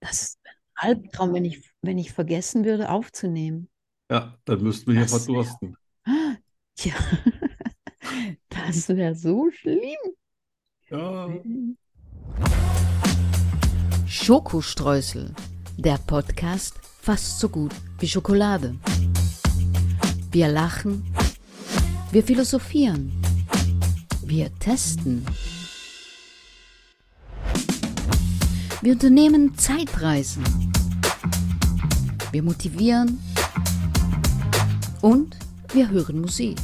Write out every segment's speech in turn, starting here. Das ist ein Albtraum, wenn ich, wenn ich vergessen würde, aufzunehmen. Ja, dann müssten wir hier Das wäre, verdursten. ja, das wäre so schlimm. Ja. Schokostreusel, der Podcast fast so gut wie Schokolade. Wir lachen, wir philosophieren, wir testen. Wir unternehmen Zeitreisen. Wir motivieren und wir hören Musik.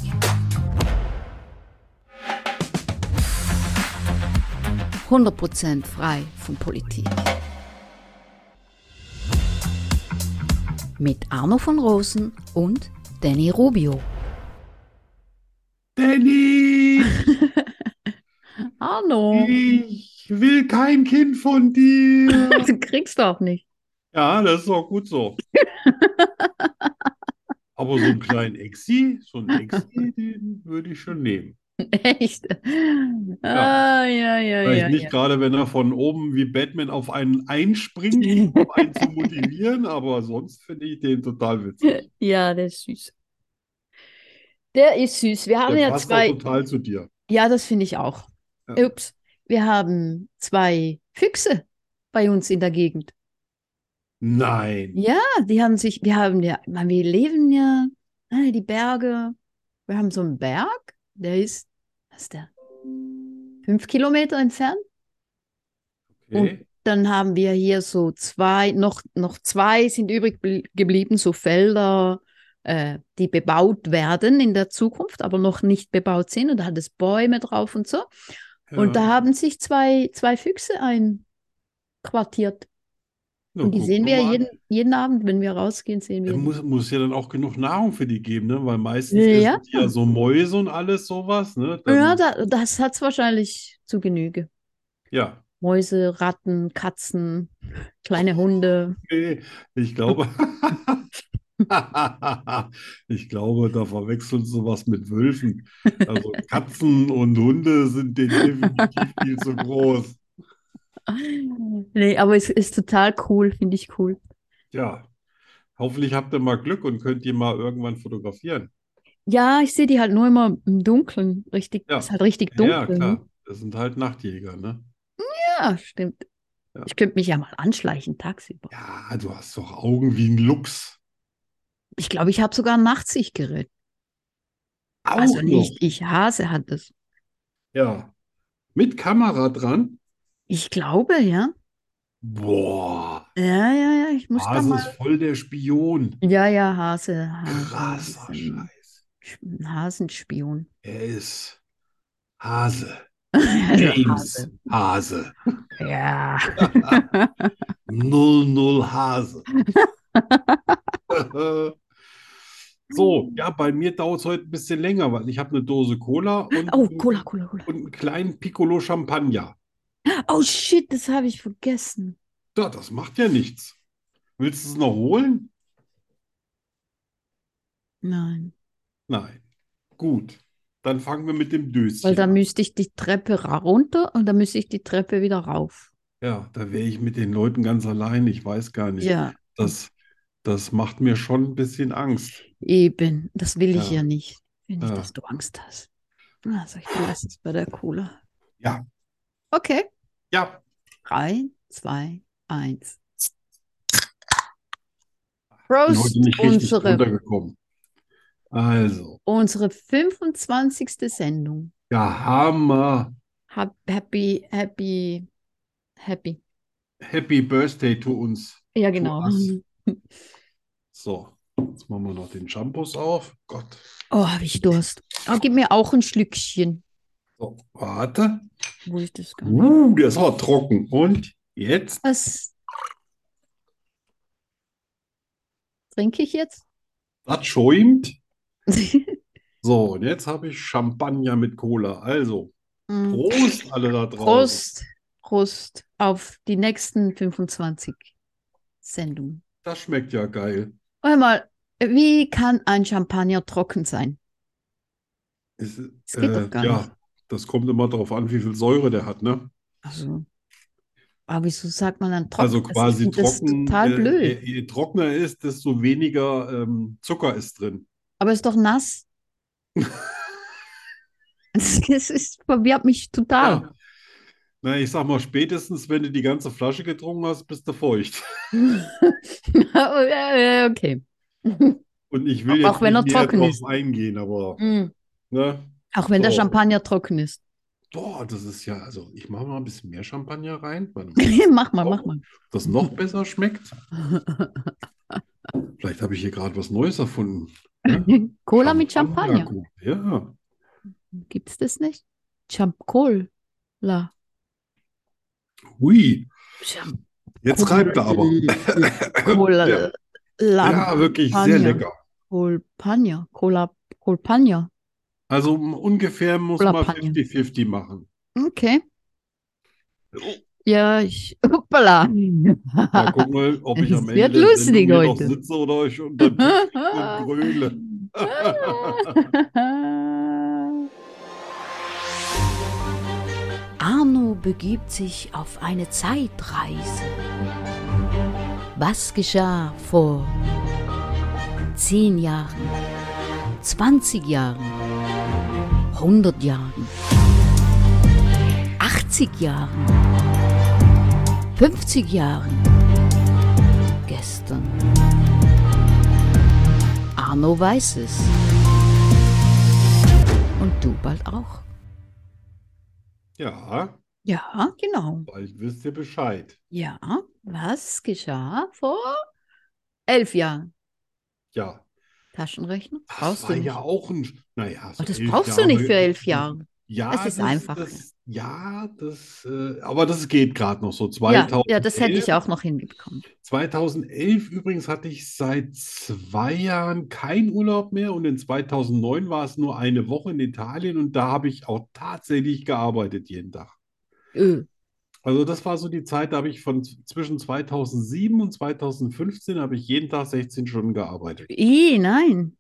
Prozent frei von Politik. Mit Arno von Rosen und Danny Rubio. Danny, Arno, ich will kein Kind von dir. du kriegst doch nicht. Ja, das ist auch gut so. Aber so einen kleinen Exi, so einen Exi, den würde ich schon nehmen. Echt? Ah, ja, ja, Vielleicht ja, nicht ja. gerade, wenn er von oben wie Batman auf einen einspringt, um einen zu motivieren, aber sonst finde ich den total witzig. Ja, der ist süß. Der ist süß. Wir haben Der ja passt auch zwei. total zu dir. Ja, das finde ich auch. Ja. Ups, wir haben zwei Füchse bei uns in der Gegend. Nein. Ja, die haben sich, wir haben ja, man, wir leben ja, ne, die Berge. Wir haben so einen Berg, der ist, was ist der? Fünf Kilometer entfernt. Okay. Dann haben wir hier so zwei, noch, noch zwei sind übrig bl- geblieben, so Felder, äh, die bebaut werden in der Zukunft, aber noch nicht bebaut sind. Und da hat es Bäume drauf und so. Und da Ja. haben sich zwei, zwei Füchse einquartiert. Na, Und die Oh, guck sehen mal wir an. jeden, jeden Abend, wenn wir rausgehen, sehen wir Es die. muss, muss ja dann auch genug Nahrung für die geben, ne? Weil meistens Ja, essen die ja so Mäuse und alles sowas, ne? ja Dann, da, das hat es wahrscheinlich zu Genüge. ja. Mäuse, Ratten, Katzen, kleine Hunde. Nee, ich glaube, ich glaube, da verwechseln sie was mit Wölfen. Also Katzen und Hunde sind denen definitiv viel zu groß. Ah. Nee, aber es ist total cool, finde ich cool. Ja, hoffentlich habt ihr mal Glück und könnt die mal irgendwann fotografieren. Ja, ich sehe die halt nur immer im Dunkeln. Richtig, Ja. ist halt richtig Ja, dunkel. Ne? klar. Das sind halt Nachtjäger, ne? Ja, stimmt. Ja. Ich könnte mich ja mal anschleichen tagsüber. Ja, du hast doch Augen wie ein Luchs. Ich glaube, ich habe sogar ein Nachtsichtgerät. Also Auch noch. nicht ich, Hase hat es. Ja. Mit Kamera dran. Ich glaube, ja. Boah, Ja, ja, ja, ich muss da Hase mal. ist voll der Spion. Ja, ja, Hase. Hase Krasser ist ein Scheiß. Sch- ein Hasenspion. Er ist Hase. Hase. James Hase. Ja. 00 Hase. So, ja, bei mir dauert es heute ein bisschen länger, weil ich habe eine Dose Cola und, Oh, Cola, Cola, Cola. und einen kleinen Piccolo Champagner. Oh, shit, das habe ich vergessen. Ja, das macht ja nichts. Willst du es noch holen? Nein. Nein. Gut, dann fangen wir mit dem Weil Döschen dann an. müsste ich die Treppe ra- runter und dann müsste ich die Treppe wieder rauf. Ja, da wäre ich mit den Leuten ganz allein. Ich weiß gar nicht. Ja, Das, das macht mir schon ein bisschen Angst. eben. Das will ich Ja. ja nicht. Will nicht, Ja. dass du Angst hast. Also, ich lasse es bei der Cola. Ja, Okay. ja. Drei, zwei, eins. Bin heute Prost, nicht richtig unsere, runtergekommen. Also, unsere 25. Sendung. ja, Hammer. Hab- Happy, happy, happy. Happy Birthday to uns. Ja, To genau. us. So, jetzt machen wir noch den Shampoos auf. Gott. Oh, habe ich Durst. Oh, gib mir auch ein Schlückchen. So, warte. Wo ist das gar nicht? Uh, der ist auch trocken. Und jetzt? Was trinke ich jetzt? Das schäumt. So, und jetzt habe ich Champagner mit Cola. Also, Mm. Prost alle da draußen. Prost, Prost auf die nächsten 25 Sendungen. Das schmeckt ja geil. Warte mal, wie kann ein Champagner trocken sein? Es, Das geht äh, doch gar ja, nicht. das kommt immer darauf an, wie viel Säure der hat, ne? Also, Aber wieso sagt man dann trocken? Also Das ist- quasi das ist trocken. total äh, blöd. Je, je trockener ist, desto weniger ähm, Zucker ist drin. Aber ist doch nass. Es es ist, verwirrt mich total. Ja. Na, ich sag mal, spätestens, wenn du die ganze Flasche getrunken hast, bist du feucht. Äh, okay. Und ich will Auch jetzt wenn er nicht näher trocken drauf ist. eingehen, aber Mm. ne? Auch wenn der So. Champagner trocken ist. Boah, das ist ja, also ich mache mal ein bisschen mehr Champagner rein, weil mach mal, mach mal. das noch besser schmeckt. Vielleicht habe ich hier gerade was Neues erfunden. Cola mit Champagner. Champagnerkuchen. Ja. Gibt es das nicht? Champ Cola. Ui, Champ jetzt reibt er aber. Cola. Ja. Ja, wirklich sehr Champagner. lecker. Colpagna. Cola. Colpagna. Also um, ungefähr muss man Lasagne. 50-50 machen. Okay. Oh. Ja, ich. Hoppala. Mal gucken, mal, ob ich Es am wird Ende der lustig Sendung hier noch heute. sitze oder euch unter den Tisch und gröle. Arno begibt sich auf eine Zeitreise. Was geschah vor 10 Jahren, 20 Jahren, 100 Jahren, 80 Jahren, 50 Jahren, gestern? Arno weiß es. Und du bald auch. Ja, ja, genau. bald wisst ihr Bescheid. Ja, was geschah vor elf Jahren? Ja, Taschenrechner? das Brauchst du war nicht. ja auch ein. Naja, so Aber das elf brauchst du Jahre- nicht für elf Jahre. Ja, Es ist das, einfach. Das, ja, das, äh, aber das geht gerade noch so. Ja, ja, das hätte 2011 ich auch noch hinbekommen. 2011 übrigens hatte ich seit zwei Jahren keinen Urlaub mehr und in 2009 war es nur eine Woche in Italien und da habe ich auch tatsächlich gearbeitet jeden Tag. Ö, Also das war so die Zeit, da habe ich von zwischen 2007 und 2015 habe ich jeden Tag 16 Stunden gearbeitet. eh, nein.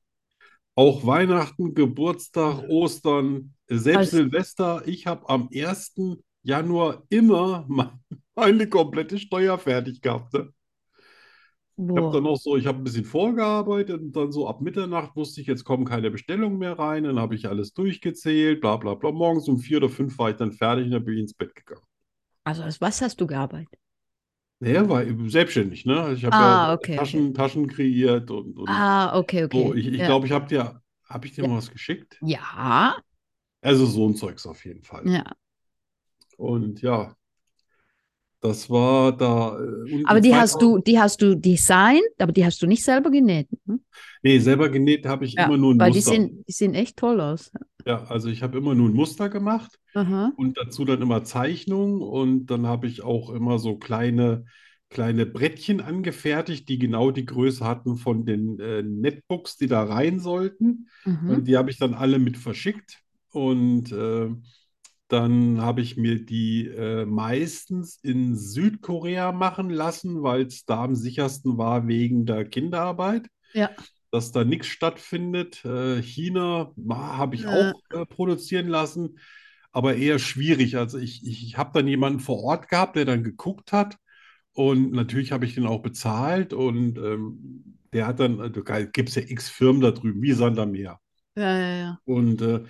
Auch Weihnachten, Geburtstag, Ostern, äh, selbst Also- Silvester. Ich habe am 1. Januar immer me- meine komplette Steuer fertig gehabt. ne? Ich habe Boah. dann auch so, ich habe ein bisschen vorgearbeitet und dann so ab Mitternacht wusste ich, jetzt kommen keine Bestellungen mehr rein. Dann habe ich alles durchgezählt, bla bla bla. Morgens um vier oder fünf war ich dann fertig und dann bin ich ins Bett gegangen. Also, als was hast du gearbeitet? Naja, war eben selbstständig, ne? Also ich habe Ah, ja okay, Taschen, Taschen kreiert und, und Ah, okay, okay. so. Ich, ich ja. glaube, ich habe dir, habe ich dir Ja. mal was geschickt? ja, Also so ein Zeugs auf jeden Fall. ja. Und ja, das war da. äh, und Aber in die hast 2000 du, die hast du designt, aber die hast du nicht selber genäht. Hm? Nee, selber genäht habe ich Ja, immer nur ein Weil die Muster. sehen, die sehen echt toll aus. Ja, also ich habe immer nur ein Muster gemacht Aha. und dazu dann immer Zeichnungen und dann habe ich auch immer so kleine, kleine Brettchen angefertigt, die genau die Größe hatten von den äh, Netbooks, die da rein sollten. Mhm. Und die habe ich dann alle mit verschickt. Und äh, dann habe ich mir die äh, meistens in Südkorea machen lassen, weil es da am sichersten war wegen der Kinderarbeit. Ja. Dass da nichts stattfindet. Äh, China ma, habe ich Ja. auch äh, produzieren lassen, aber eher schwierig. Also ich, ich, ich habe dann jemanden vor Ort gehabt, der dann geguckt hat. Und natürlich habe ich den auch bezahlt und ähm, der hat dann, da gibt es ja x Firmen da drüben, wie Sand am Meer. Ja, ja, ja. Und äh,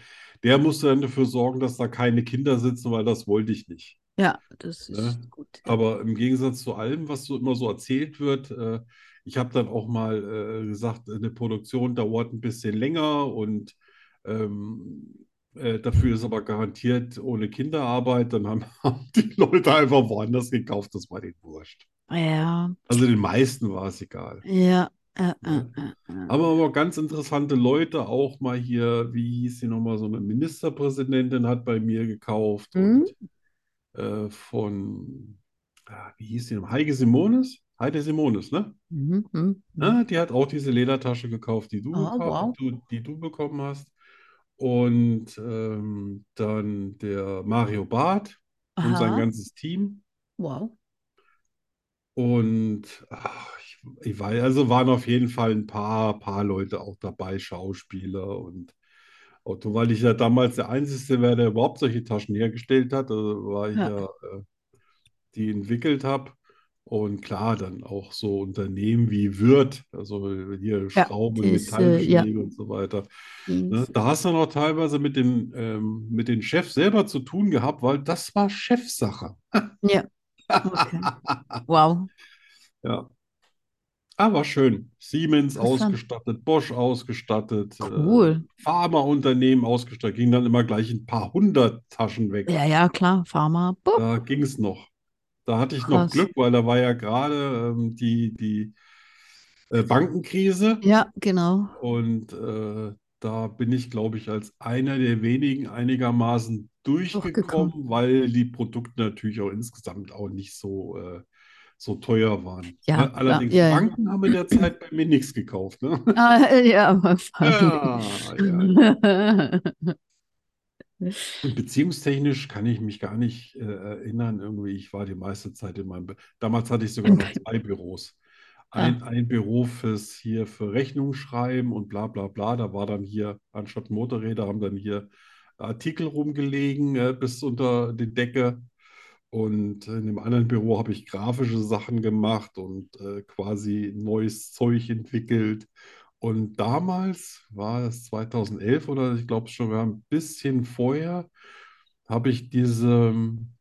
der musste dann dafür sorgen, dass da keine Kinder sitzen, weil das wollte ich nicht. Ja, das ist Ne? gut. Aber im Gegensatz zu allem, was so immer so erzählt wird, äh, ich habe dann auch mal äh, gesagt, eine Produktion dauert ein bisschen länger und ähm, äh, dafür ist aber garantiert ohne Kinderarbeit. Dann haben, haben die Leute einfach woanders gekauft, das war denen wurscht. Ja, Also den meisten war es egal. ja, äh, äh, Ja. äh, äh. Aber, aber ganz interessante Leute, auch mal hier, wie hieß sie nochmal, so eine Ministerpräsidentin hat bei mir gekauft Mhm. und äh, von, ah, wie hieß die noch, Heike Simonis? Heide Simonis, ne? Mhm, mhm, mhm. Ah, die hat auch diese Ledertasche gekauft, die du, Oh, gekau- wow. du, die du bekommen hast. Und ähm, dann der Mario Barth und sein Aha, ganzes Team. wow. Und ach, ich, ich weiß, also waren auf jeden Fall ein paar, paar Leute auch dabei, Schauspieler und Auto, weil ich ja damals der Einzige war, der überhaupt solche Taschen hergestellt hat. Also war ich Ja. ja, äh, die entwickelt habe. Und klar, dann auch so Unternehmen wie Würth, also hier Ja, Schraube, diese, Metallbeschläge und so weiter. Ne? Diese- Da hast du noch teilweise mit den, ähm, mit den Chef selber zu tun gehabt, weil das war Chefsache. Okay. Wow. Ja. Aber schön. Siemens Interessant. ausgestattet, Bosch ausgestattet, äh, Cool. Pharmaunternehmen ausgestattet, ging dann immer gleich ein paar hundert Taschen weg. Ja, ja, klar. Pharma. Bup. Da ging es noch. Da hatte ich noch Krass. Glück, weil da war ja gerade ähm, die, die äh, Bankenkrise Ja, genau. und äh, da bin ich, glaube ich, als einer der wenigen einigermaßen Durchgekommen. durchgekommen, weil die Produkte natürlich auch insgesamt auch nicht so, äh, so teuer waren. Ja, Ne? Allerdings, ja, ja. Banken haben in der Zeit bei mir nichts gekauft. Ne? Ah, ja, aber Ja, ja, ja. Und Beziehungstechnisch kann ich mich gar nicht äh, erinnern. Irgendwie, ich war die meiste Zeit in meinem. Bü- Damals hatte ich sogar noch zwei Büros. Ein, ein Büro fürs hier für Rechnung schreiben und bla bla bla. Da war dann hier, anstatt Motorräder, haben dann hier Artikel rumgelegen äh, bis unter die Decke. Und in dem anderen Büro habe ich grafische Sachen gemacht und äh, quasi neues Zeug entwickelt. Und damals war es 2011 oder ich glaube schon wir haben ein bisschen vorher, habe ich diese, ähm,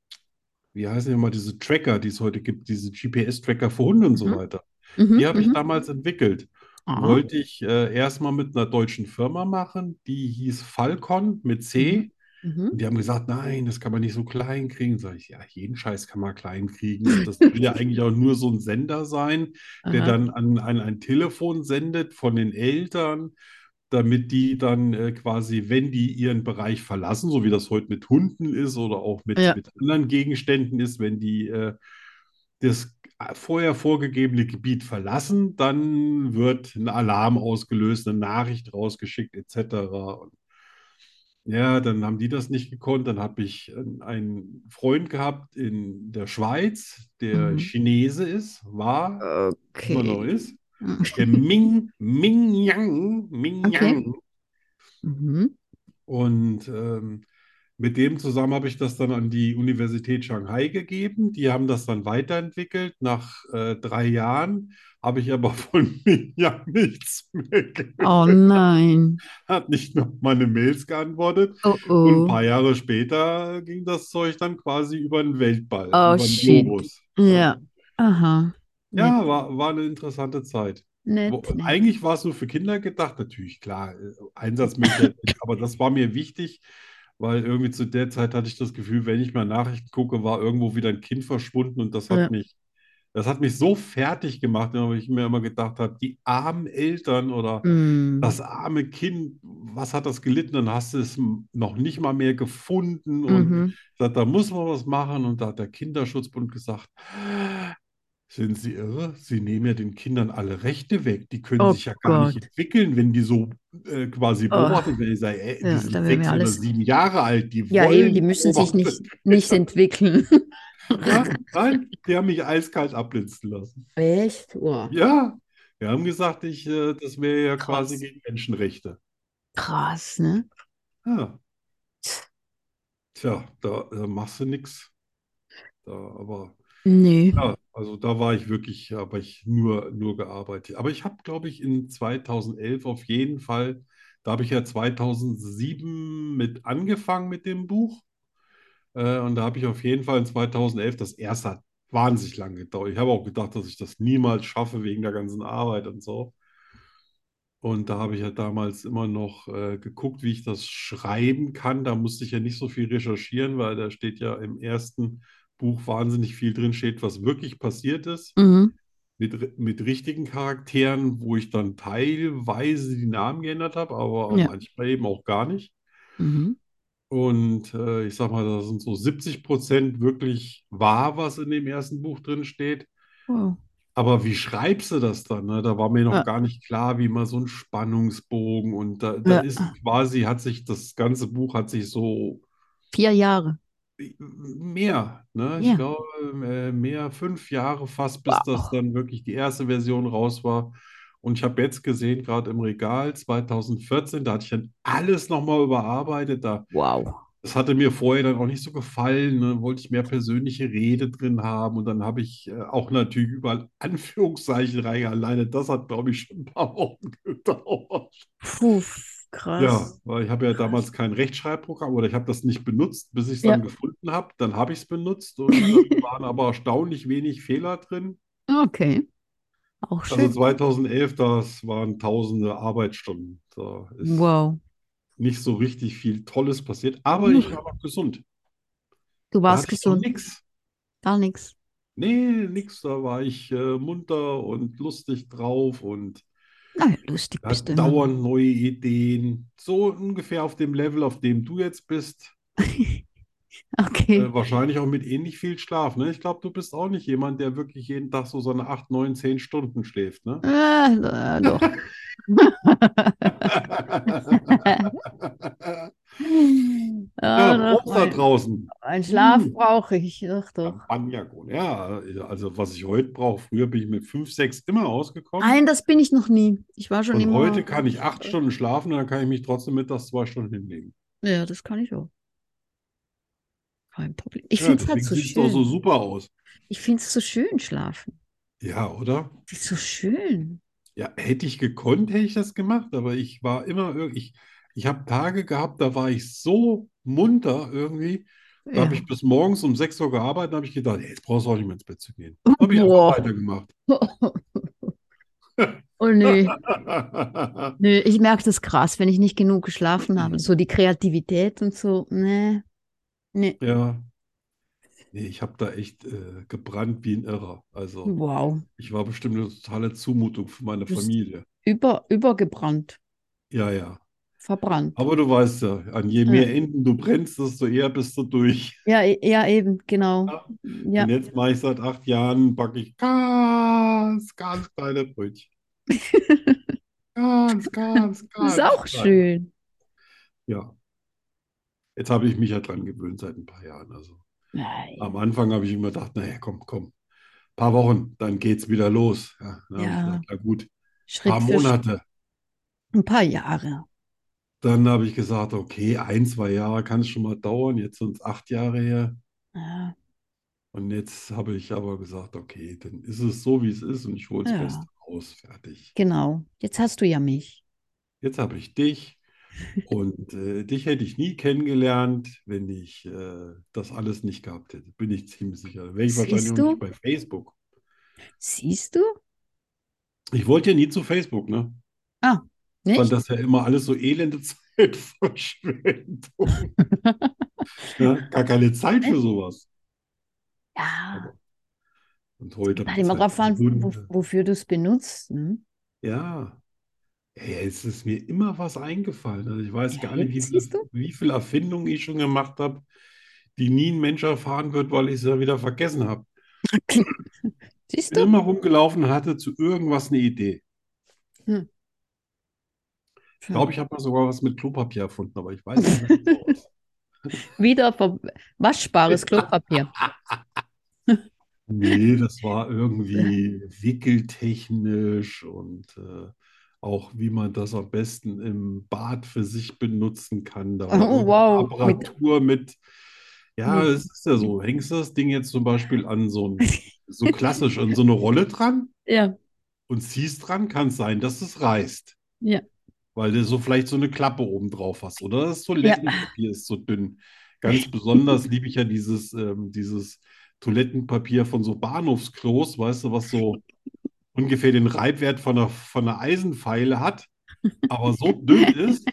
wie heißen die mal, diese Tracker, die es heute gibt, diese GPS-Tracker für Hunde und so Mhm. weiter. Mhm, Die habe ich mhm. damals entwickelt. Ah. Wollte ich äh, erstmal mit einer deutschen Firma machen, die hieß Falcon mit C. Mhm. Und die haben gesagt, nein, das kann man nicht so klein kriegen. Sag ich, ja, jeden Scheiß kann man klein kriegen. Und das will ja eigentlich auch nur so ein Sender sein, der Aha. dann an, an ein Telefon sendet von den Eltern, damit die dann äh, quasi, wenn die ihren Bereich verlassen, so wie das heute mit Hunden ist oder auch mit, Ja. mit anderen Gegenständen ist, wenn die äh, das äh, vorher vorgegebene Gebiet verlassen, dann wird ein Alarm ausgelöst, eine Nachricht rausgeschickt, etc. Und ja, dann haben die das nicht gekonnt. Dann habe ich äh, einen Freund gehabt in der Schweiz, der Mhm. Chinese ist, war, immer noch Okay. ist. Ah. Der Ming, Ming Yang, Ming Okay. Yang. Mhm. Und ähm, mit dem zusammen habe ich das dann an die Universität Shanghai gegeben. Die haben das dann weiterentwickelt. Nach äh, drei Jahren habe ich aber von Ming Yang nichts mehr gehört. Oh nein. Hat nicht noch meine Mails geantwortet. Oh Und ein oh. paar Jahre später ging das Zeug dann quasi über den Weltball, Oh, über den shit. Globus. Ja. Aha. Nett, Ja, war, war eine interessante Zeit. Wo, nett, nett. eigentlich war es nur für Kinder gedacht, natürlich, klar, äh, Einsatzmöglichkeit, aber das war mir wichtig, weil irgendwie zu der Zeit hatte ich das Gefühl, wenn ich mal Nachrichten gucke, war irgendwo wieder ein Kind verschwunden und das hat Ja. mich, das hat mich so fertig gemacht, weil ich mir immer gedacht habe, die armen Eltern oder Mhm. das arme Kind, was hat das gelitten? Dann hast du es m- noch nicht mal mehr gefunden und Mhm. gesagt, da muss man was machen. Und da hat der Kinderschutzbund gesagt, sind Sie irre? Sie nehmen ja den Kindern alle Rechte weg. Die können Oh sich ja gar nicht Gott. entwickeln, wenn die so äh, quasi Oh. beobachtet werden. Ich sage, ey, die Ja, sind da wäre mir sechs oder alles- sieben Jahre alt, die Ja, eben, die wollen müssen sich beobachtet nicht, nicht entwickeln. werden. Ja, nein, die haben mich eiskalt abblitzen lassen. Echt? Wow. Ja, wir haben gesagt, ich, äh, das wäre ja Krass. quasi gegen Menschenrechte. Krass, ne? Ja. Tja, da, äh, machst du nichts. Da, aber Nö. Hm. ja, also da war ich wirklich, habe ich nur, nur gearbeitet. Aber ich habe, glaube ich, in 2011 auf jeden Fall, da habe ich ja 2007 mit angefangen mit dem Buch. Äh, und da habe ich auf jeden Fall in 2011, das erste hat wahnsinnig lang gedauert. Ich habe auch gedacht, dass ich das niemals schaffe wegen der ganzen Arbeit und so. Und da habe ich ja damals immer noch äh, geguckt, wie ich das schreiben kann. Da musste ich ja nicht so viel recherchieren, weil da steht ja im ersten Buch wahnsinnig viel drin steht, was wirklich passiert ist, Mhm. mit, ri- mit richtigen Charakteren, wo ich dann teilweise die Namen geändert habe, aber Ja. manchmal eben auch gar nicht. Mhm. Und äh, ich sag mal, da sind so 70 Prozent wirklich wahr, was in dem ersten Buch drin steht. Wow. Aber wie schreibst du das dann? Ne? Da war mir Ja. noch gar nicht klar, wie man so einen Spannungsbogen und da, da Ja. ist quasi, hat sich das ganze Buch hat sich so Vier Jahre. mehr, ne? Ich Ja. glaube, äh, mehr, fünf Jahre fast, bis das Wow. dann wirklich die erste Version raus war. Und ich habe jetzt gesehen, gerade im Regal 2014, da hatte ich dann alles nochmal überarbeitet. Da, Wow. Das hatte mir vorher dann auch nicht so gefallen. Dann wollte ich mehr persönliche Rede drin haben. Und dann habe ich äh, auch natürlich überall Anführungszeichen rein. Alleine das hat, glaube ich, schon ein paar Wochen gedauert. Puh, krass. Ja, weil ich habe ja damals kein Rechtschreibprogramm oder ich habe das nicht benutzt, bis ich es dann gefunden habe. Dann habe ich es benutzt und dann waren aber erstaunlich wenig Fehler drin. Okay. Auch schön. Also 2011, das waren tausende Arbeitsstunden. Da ist wow. nicht so richtig viel Tolles passiert, aber ich war noch gesund. Du Da warst hatte ich noch gesund. Nix. Gar nichts. Nee, nix. Da war ich äh, munter und lustig drauf und Naja, lustig Er bist du. ne? hat immer. dauernd neue Ideen. So ungefähr auf dem Level, auf dem du jetzt bist. Okay. Äh, wahrscheinlich auch mit ähnlich viel Schlaf. Ne? Ich glaube, du bist auch nicht jemand, der wirklich jeden Tag so seine 8, 9, 10 Stunden schläft. Ne? Ah, äh, doch. Ah, ja, doch, Prost da mein- draußen. Ein Schlaf Hm. brauche ich, doch, doch. Champagnergrund. Ja, also was ich heute brauche, früher bin ich mit 5, 6 immer ausgekommen. Nein, das bin ich noch nie. Ich war schon und immer. heute kann ich 8 Stunden schlafen und dann kann ich mich trotzdem mittags 2 Stunden hinlegen. Ja, das kann ich auch. Kein Problem. Ich Ja, finde es halt deswegen so sieht's doch so schön. super aus. Ich finde es so schön, schlafen. Ja, oder? Das ist so schön. Ja, hätte ich gekonnt, hätte ich das gemacht, aber ich war immer irgendwie, ich, ich habe Tage gehabt, da war ich so munter irgendwie. Da Ja. habe ich bis morgens um 6 Uhr gearbeitet und habe ich gedacht, ey, jetzt brauchst du auch nicht mehr ins Bett zu gehen. Habe ich Boah. einfach weitergemacht. Oh nee. Nö, ich merke das krass, wenn ich nicht genug geschlafen Mhm. habe. So die Kreativität und so. ne, Nee. Nee. Ja. Nee, ich habe da echt äh, gebrannt wie ein Irrer. Also, Wow. ich war bestimmt eine totale Zumutung für meine Bist- Familie. Über, übergebrannt. Ja, ja. Verbrannt. Aber du weißt ja, an je mehr Enden du brennst, desto eher bist du durch. Ja, e- ja, eben, genau. Ja. Ja. Und jetzt mache ich seit acht Jahren, backe ich ganz, ganz kleine Brötchen. Ganz, ganz, Das ganz. ist auch klein. schön. Ja. Jetzt habe ich mich ja dran gewöhnt seit ein paar Jahren. Also Nein. am Anfang habe ich immer gedacht, naja, komm, komm. Paar Wochen, dann geht's wieder los. Ja, dann habe ich Ja. gedacht, na gut, Schritt paar für Monate. Schritt. Ein paar Jahre. Dann habe ich gesagt, okay, ein, zwei Jahre kann es schon mal dauern. Jetzt sind es acht Jahre her. Ja. Und jetzt habe ich aber gesagt, okay, dann ist es so, wie es ist und ich hole das Ja. Beste raus. Fertig. Genau. Jetzt hast du ja mich. Jetzt habe ich dich und äh, dich hätte ich nie kennengelernt, wenn ich äh, das alles nicht gehabt hätte. Bin ich ziemlich sicher. Wäre ich Siehst wahrscheinlich noch du? nicht bei Facebook. Siehst du? Ich wollte ja nie zu Facebook, ne? Nicht? Weil das ja immer alles so elende Zeitverschwendung. ne? Gar keine Zeit für sowas. ja. Und heute halt Hat habe ich immer Zeit drauf für an, die wo, Hunde. wofür du es benutzt. Ne? Ja. Ey, es ist mir immer was eingefallen. Also ich weiß Ja, gar nicht, wie jetzt viel, siehst du. wie viel Erfindungen ich schon gemacht habe, die nie ein Mensch erfahren wird, weil ich es ja wieder vergessen habe. Siehst bin du? immer rumgelaufen, hatte zu irgendwas eine Idee. Hm. Ich Genau. glaube, ich habe mal sogar was mit Klopapier erfunden, aber ich weiß nicht mehr genau was. Wieder ver- waschbares Klopapier. Nee, das war irgendwie wickeltechnisch und äh, auch wie man das am besten im Bad für sich benutzen kann. Da war Oh, irgendeine wow. Mit- Apparatur mit, ja, Mit- es ist ja so, hängst du das Ding jetzt zum Beispiel an so ein, so klassisch an so eine Rolle dran? Ja. und ziehst dran, kann es sein, dass es reißt. Ja. Weil du so vielleicht so eine Klappe oben drauf hast, oder? Das Toilettenpapier ist so dünn. Ganz besonders liebe ich ja dieses, ähm, dieses Toilettenpapier von so Bahnhofsklos, weißt du, was so ungefähr den Reibwert von einer, von einer Eisenpfeile hat, aber so dünn ist,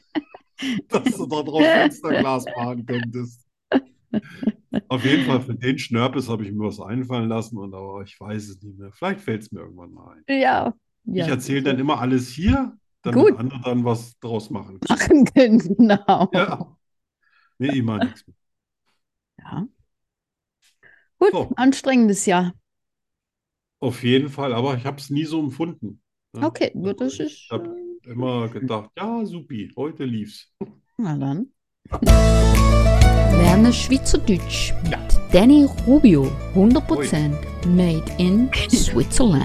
dass du da drauf Fensterglas fahren könntest. Auf jeden Fall für den Schnörpes habe ich mir was einfallen lassen und aber ich weiß es nicht mehr. Vielleicht fällt es mir irgendwann mal ein. Ja. Ich Ja. erzähle dann immer alles hier, damit Gut. andere dann was draus machen. Machen können, genau. Ja. Nee, ich mache nichts mehr. Ja. Gut, So. anstrengendes Jahr. Auf jeden Fall, aber ich habe es nie so empfunden. ne? Okay, gut, das Also ist. Ich habe äh, immer gedacht, ja, supi, heute lief's. Na dann. Lerne Schweizerdeutsch mit Danny Rubio. 100% made in Switzerland.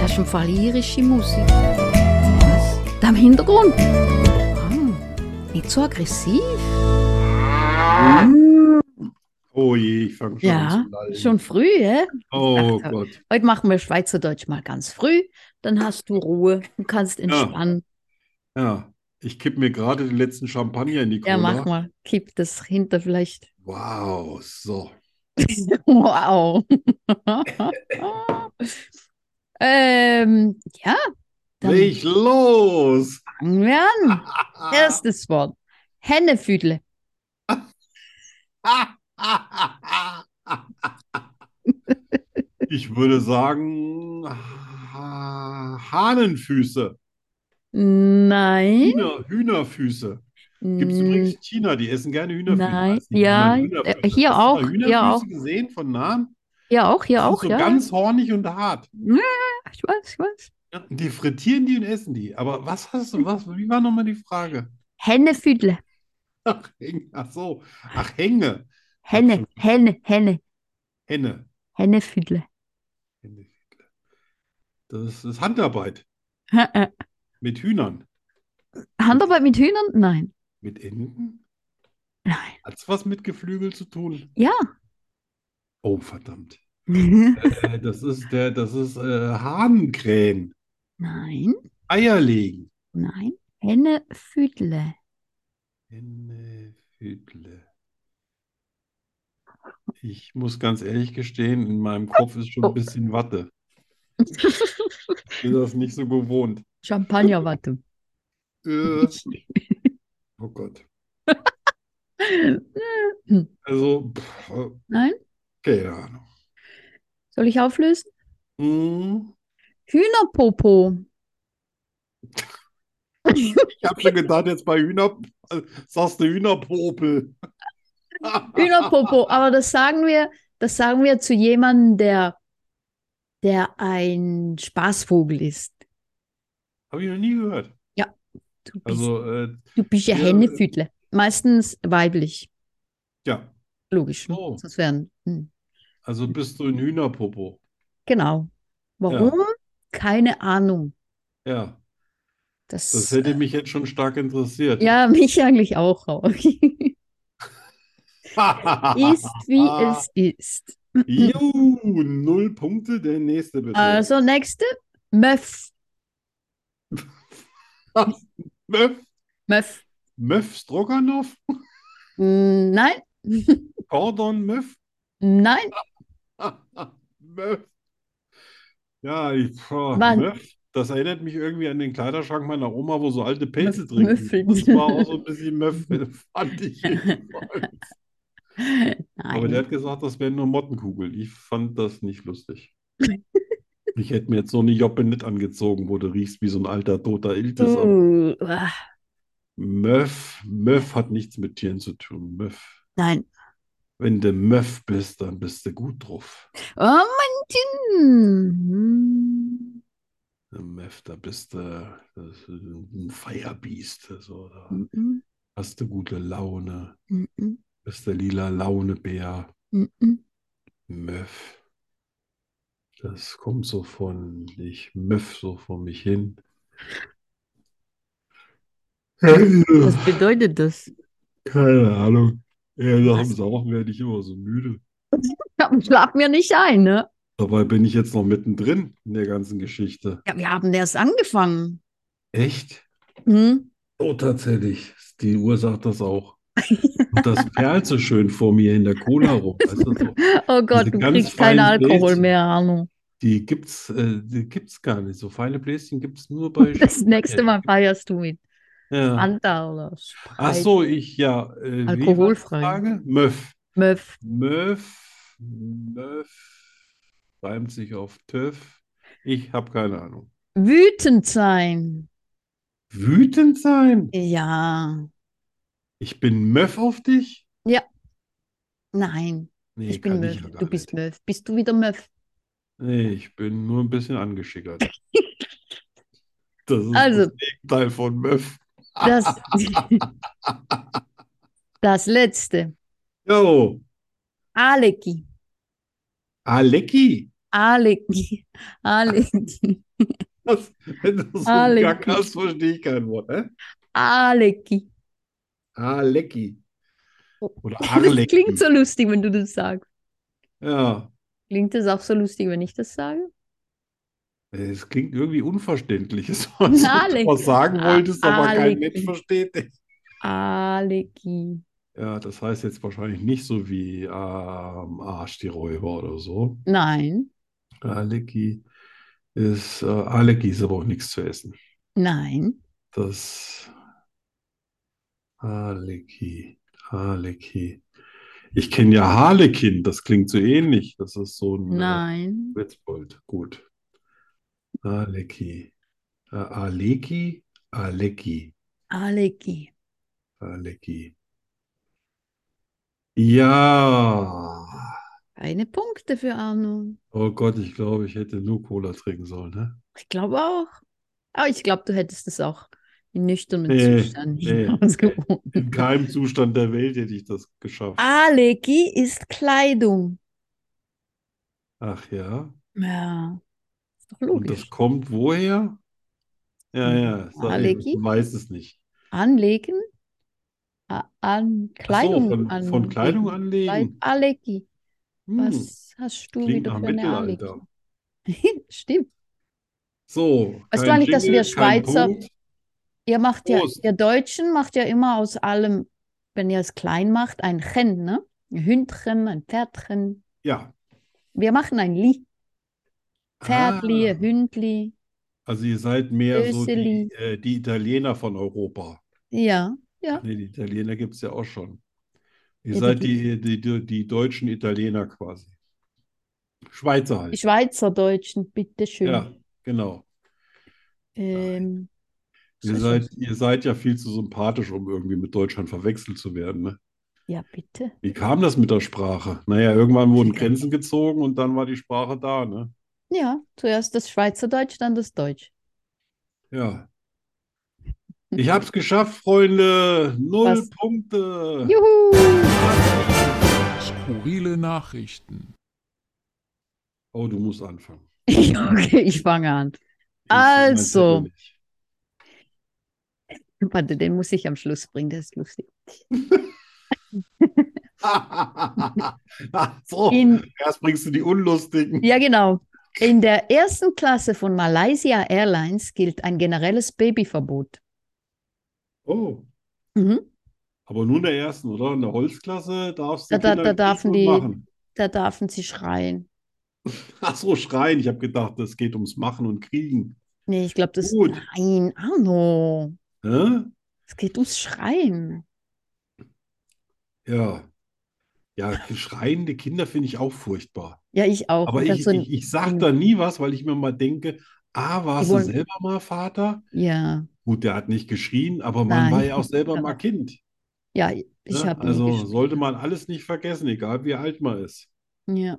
Das ist im Fall irische Musik. Was? Da im Hintergrund. Ah, nicht so aggressiv. Oh je, ich fange schon Ja, an zu lallen. Schon früh, hä? Oh Ach, Gott. Heute machen wir Schweizerdeutsch mal ganz früh. Dann hast du Ruhe und kannst entspannen. Ja, ich kipp mir gerade den letzten Champagner in die Ja, mach Cola. mal. Kipp das hinter vielleicht. Wow, so. Wow. ähm, ja, dann Leg los! fangen wir an. Ah, Erstes Wort. Hennefüdle. Ich würde sagen, Ha- Hahnenfüße, Nein. Hühner, Hühnerfüße. Gibt es Mm, übrigens in China, die essen gerne Hühnerfüße. Nein, Weiß nicht, wie ja, man Hühnerfüße- äh, hier Hast du mal auch, hier Hühnerfüße auch. gesehen von Nahen? Ja, auch, Die ja, sind auch, so ja. ganz hornig und hart. Ja, ich weiß, ich weiß. Die frittieren die und essen die. Aber was hast du, was, wie war nochmal die Frage? Hennefüdle. Ach, Hänge. Ach so, ach, Hänge. Henne, Henne, Henne. Henne. Hennefüdle. Das ist Handarbeit Hä, äh, mit Hühnern. Handarbeit mit Hühnern? Nein. Mit Enten? Nein. Hat es was mit Geflügel zu tun? Ja. Oh, verdammt. Äh, das ist der, das ist äh, Hahnkrähen. Nein, Eier legen. nein. Hennefüdle. Hennehütle. Ich muss ganz ehrlich gestehen, in meinem Kopf ist schon ein Oh. bisschen Watte. Ich bin das nicht so gewohnt. Champagnerwatte. Äh, oh Gott. Also, pff, Nein? keine Ahnung. Soll ich auflösen? Hm, Hühnerpopo. Ich habe schon gedacht, jetzt bei Hühner äh, sagst du Hühnerpopel. Hühnerpopo. Aber das sagen wir, das sagen wir zu jemandem, der, der ein Spaßvogel ist. Habe ich noch nie gehört. Du bist, Also, äh, du bist ja ja, äh, Hennefüdle. Meistens weiblich, ja, logisch. ne? So. Sonst wären, hm. also bist du ein Hühnerpopo. Genau. Warum? Keine Ahnung. Ja, Das, das hätte mich jetzt schon stark interessiert. ja, mich eigentlich auch. aber- ist, wie Ah. es ist. Juhu, null Punkte, der nächste bitte. Also, nächste. Möff. Möff, Möff. Möff Stroganoff, Mm, Nein, Cordon Möff. nein. Möff. Ja, ich, boah, Mann. Möff, das erinnert mich irgendwie an den Kleiderschrank meiner Oma, wo so alte Pelze Möff- drin sind. Möffeln. Das war auch so ein bisschen Möff, fand ich jedenfalls. Aber der Nein. hat gesagt, das wären nur Mottenkugeln. Ich fand das nicht lustig. Ich hätte mir jetzt so eine Joppe nicht angezogen, wo du riechst wie so ein alter toter Iltis. Aber Uh, ah, Möff, Möff hat nichts mit Tieren zu tun. Möff. nein. Wenn du Möff bist, dann bist du gut drauf. Oh, Mann. Mef, da bist du das ist ein Feierbiest. Also, da Mm, mm, hast du gute Laune. mm, mm, Bist der lila Launebär. mm, mm. Möff. Das kommt so von, ich möff so vor mich hin. Was bedeutet das? Keine Ahnung. Ja, nach dem Was? Saufen werde ich immer so müde. Ja, Schlaf mir nicht ein, ne? Dabei bin ich jetzt noch mittendrin in der ganzen Geschichte. Ja, wir haben erst angefangen. Echt? Hm? Oh, tatsächlich. Die Uhr sagt das auch. Und das perlt so schön vor mir in der Cola rum. Weißt du, so. Oh Gott, Diese du ganz kriegst keinen feinen Alkohol Bläschen. mehr, Arno. Die gibt's, äh, die gibt's gar nicht. So feine Bläschen gibt's nur bei Das nächste Mal feierst du mit Ja. Fanta oder Ach Sprite. so, ich ja. Äh, wie war die Alkoholfrei. Frage? Möff. Möff. Möff. Möff. Reimt sich auf TÜV. Ich habe keine Ahnung. Wütend sein. Wütend sein? Ja, Ich bin Möff auf dich? nein, Nee, ich bin kann ich Möff. ja Du gar bist nicht. Möff. Bist du wieder Möff? Nee, ich bin nur ein bisschen angeschickert. Das ist Also. das Gegenteil von Möff. Das, das letzte. Jo, Alecki. Alecki. Alecki. Alecki. Das, wenn du so einen Alecki. Gag hast, verstehe ich kein Wort. Hä? Alecki. Alecki. Oder Das Arlek. klingt so lustig, wenn du das sagst. Ja, Klingt das auch so lustig, wenn ich das sage? es klingt irgendwie unverständlich. Es war so, dass Arlek. du was sagen A- wolltest, aber kein Arlek. Mensch versteht dich. Aleki. Ja, das heißt jetzt wahrscheinlich nicht so wie ähm, Arsch die Räuber oder so. Nein, Aleki ist, äh, Aleki ist aber auch nichts zu essen. nein. Das Harlekin, Harlekin. Ich kenne ja Harlekin, das klingt so ähnlich. Das ist so ein äh, Nein. Witzbold. Gut. Harlekin. Äh, Aleki, Aleki, Aleki. Harlekin. Ja. Keine Punkte für Arno. Oh Gott, ich glaube, ich hätte nur Cola trinken sollen, ne? Ich glaube auch. Aber ich glaube, du hättest es auch in nüchternen Nee, Zustand nee. In hinausgewonnen. keinem Zustand der Welt hätte ich das geschafft. Ah. Aleki ist Kleidung. Ach ja. Ja. Ist doch Und das logisch. Hm, kommt woher? Ja, ja, sag ich, Allergie? ich weiß es nicht. Anlegen? A- An Ach so, Kleidung von, anlegen. von Kleidung anlegen. Kleid- Aleki. Hm, Was hast du klingt wieder nach für eine Mittelalter. Aleki? Stimmt. So, Weißt du kein eigentlich, dass Jingle, wir kein Schweizer- Punkt. Ihr macht ja, Prost. ihr Deutschen macht ja immer aus allem, wenn ihr es klein macht, ein Chen, ne? Ein Hündchen, ein Pferdchen. Ja. Wir machen ein Li. Pferdli, Ah, Hündli. also ihr seid mehr so die, Öseli. äh, die Italiener von Europa. Ja, ja. Nee, die Italiener gibt es ja auch schon. Ihr Ja, die seid die, die, die, die deutschen Italiener quasi. Schweizer Die halt. Schweizerdeutschen, bitteschön. Ja, genau. Ähm, Ihr was seid, ist das? ihr seid ja viel zu sympathisch, um irgendwie mit Deutschland verwechselt zu werden, ne? Ja, bitte. Wie kam das mit der Sprache? Naja, irgendwann wurden Grenzen gezogen und dann war die Sprache da, ne? Ja, zuerst das Schweizerdeutsch, dann das Deutsch. Ja. Ich hab's geschafft, Freunde. Null Was? Punkte. Juhu! Skurrile Nachrichten. Oh, du musst anfangen. Okay, ich fange an. Ich hab meinen Also. Zettel nicht. Warte, den muss ich am Schluss bringen, der ist lustig. Ach so, In, erst bringst du die Unlustigen. Ja, genau. In der ersten Klasse von Malaysia Airlines gilt ein generelles Babyverbot. Oh, Mhm. aber nur in der ersten, oder? In der Holzklasse darfst du Da- da- Kinder da nicht dürfen schon die- machen. Da dürfen sie schreien. Ach so, schreien. Ich habe gedacht, es geht ums Machen und Kriegen. Nee, ich glaube, das. Gut. Nein, Arno. Hä? Es geht ums Schreien. Ja. Ja, schreiende Kinder finde ich auch furchtbar. Ja, ich auch. Aber Ich hab ich, so ein- ich, ich sage da nie was, weil ich mir mal denke, ah, warst Die du wollen- selber mal Vater? ja, Gut, der hat nicht geschrien, aber man Nein. war ja auch selber mal Kind. ja, ich ne? habe nie Also gesch- sollte man alles nicht vergessen, egal wie alt man ist. Ja,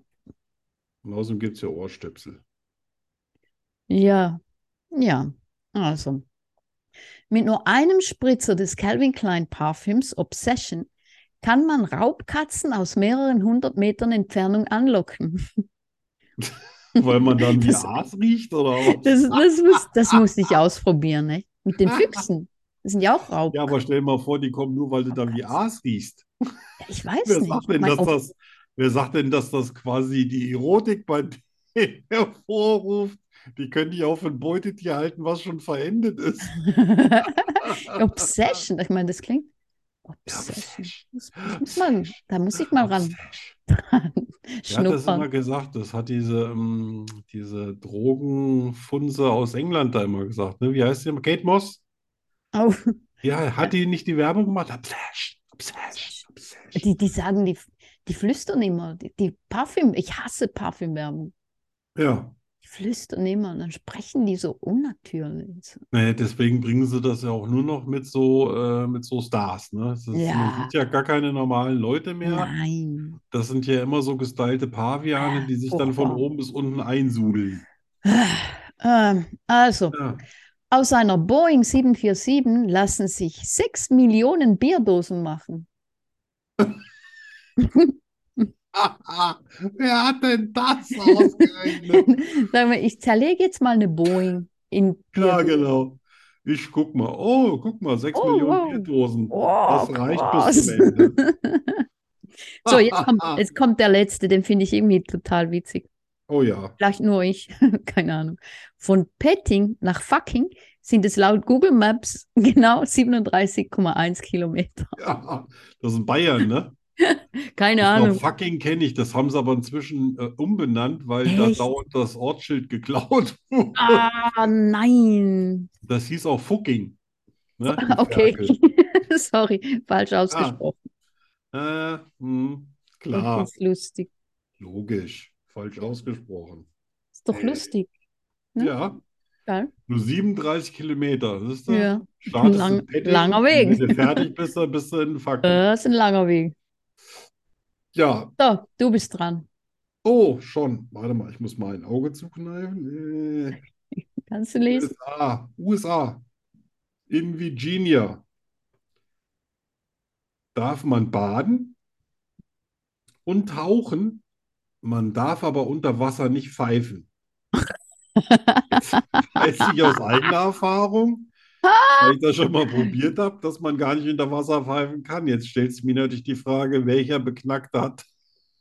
Und außerdem gibt es ja Ohrstöpsel. ja, ja. Also. Mit nur einem Spritzer des Calvin Klein Parfüms Obsession kann man Raubkatzen aus mehreren hundert Metern Entfernung anlocken. Weil man dann wie Das- Aas riecht oder was? Das, das, muss, das muss ich ausprobieren, ne? Mit den Füchsen. Das sind ja auch Raub. Ja, aber stell dir mal vor, die kommen nur, weil du dann wie Aas riechst. ich weiß Wer nicht. sagt Ich denn, mein, dass ob- das, wer sagt denn, dass das quasi die Erotik bei denen hervorruft? Die können dich auch für ein Beutetier halten, was schon verendet ist. Obsession. Ich meine, das klingt. Obsession. Das muss man, da muss ich mal ran. Er hat das immer Schnuppern. gesagt, das hat diese, ähm, diese Drogenfunse aus England da immer gesagt. Ne? Wie heißt die? immer? Kate Moss? Oh, Ja, hat die nicht die Werbung gemacht? Obsession, Obsession, Obsession. die, die sagen, die, die flüstern immer. Die, die Parfüm, ich hasse Parfümwerbung. Ja, Die flüstern immer und dann sprechen die so unnatürlich. naja, deswegen bringen sie das ja auch nur noch mit so, äh, mit so Stars. Ne? Das ist, Ja. Man sieht ja gar keine normalen Leute mehr. Nein. Das sind ja immer so gestylte Paviane, die sich dann von Furchtbar. oben bis unten einsudeln. Ähm, also. Ja. Aus einer Boeing 747 lassen sich 6 Millionen Bierdosen machen. Wer hat denn das ausgerechnet? Sag mal, ich zerlege jetzt mal eine Boeing in Ja, Bierdosen. genau. Ich guck mal, oh, guck mal, 6 Oh, Millionen wow. Bierdosen. Oh, Das reicht bis krass. zum Ende. So, jetzt kommt, jetzt kommt der letzte, den finde ich irgendwie total witzig. Oh ja. vielleicht nur ich, keine Ahnung. Von Petting nach Fucking sind es laut Google Maps genau 37,1 Kilometer. ja. Das sind Bayern, ne? Keine Ich glaub, Ahnung. fucking kenne ich. Das haben sie aber inzwischen äh, umbenannt, weil da Echt? dauernd das Ortsschild geklaut wurde. Ah, nein. Das hieß auch Fucking. Ne? die Okay. Ferkel. Sorry, falsch ausgesprochen. Äh, mh, Das klar, ist lustig. logisch. Falsch ausgesprochen. Ist doch Äh, lustig. Ne? Ja. Geil. Nur 37 Kilometer. Das ist Ja. Startest Lang- in Petting, langer Weg. Äh. Wenn du fertig bist, dann bist du in Fucking. Das ist ein langer Weg. Ja, So, du bist dran. oh, schon. Warte mal, ich muss mein Auge zukneifen. Äh, Kannst du lesen? USA, USA. In Virginia. Darf man baden und tauchen, man darf aber unter Wasser nicht pfeifen. Weiß ich aus eigener Erfahrung, weil ich das schon mal probiert habe, dass man gar nicht unter Wasser pfeifen kann. Jetzt stellst du mir natürlich die Frage, welcher beknackt hat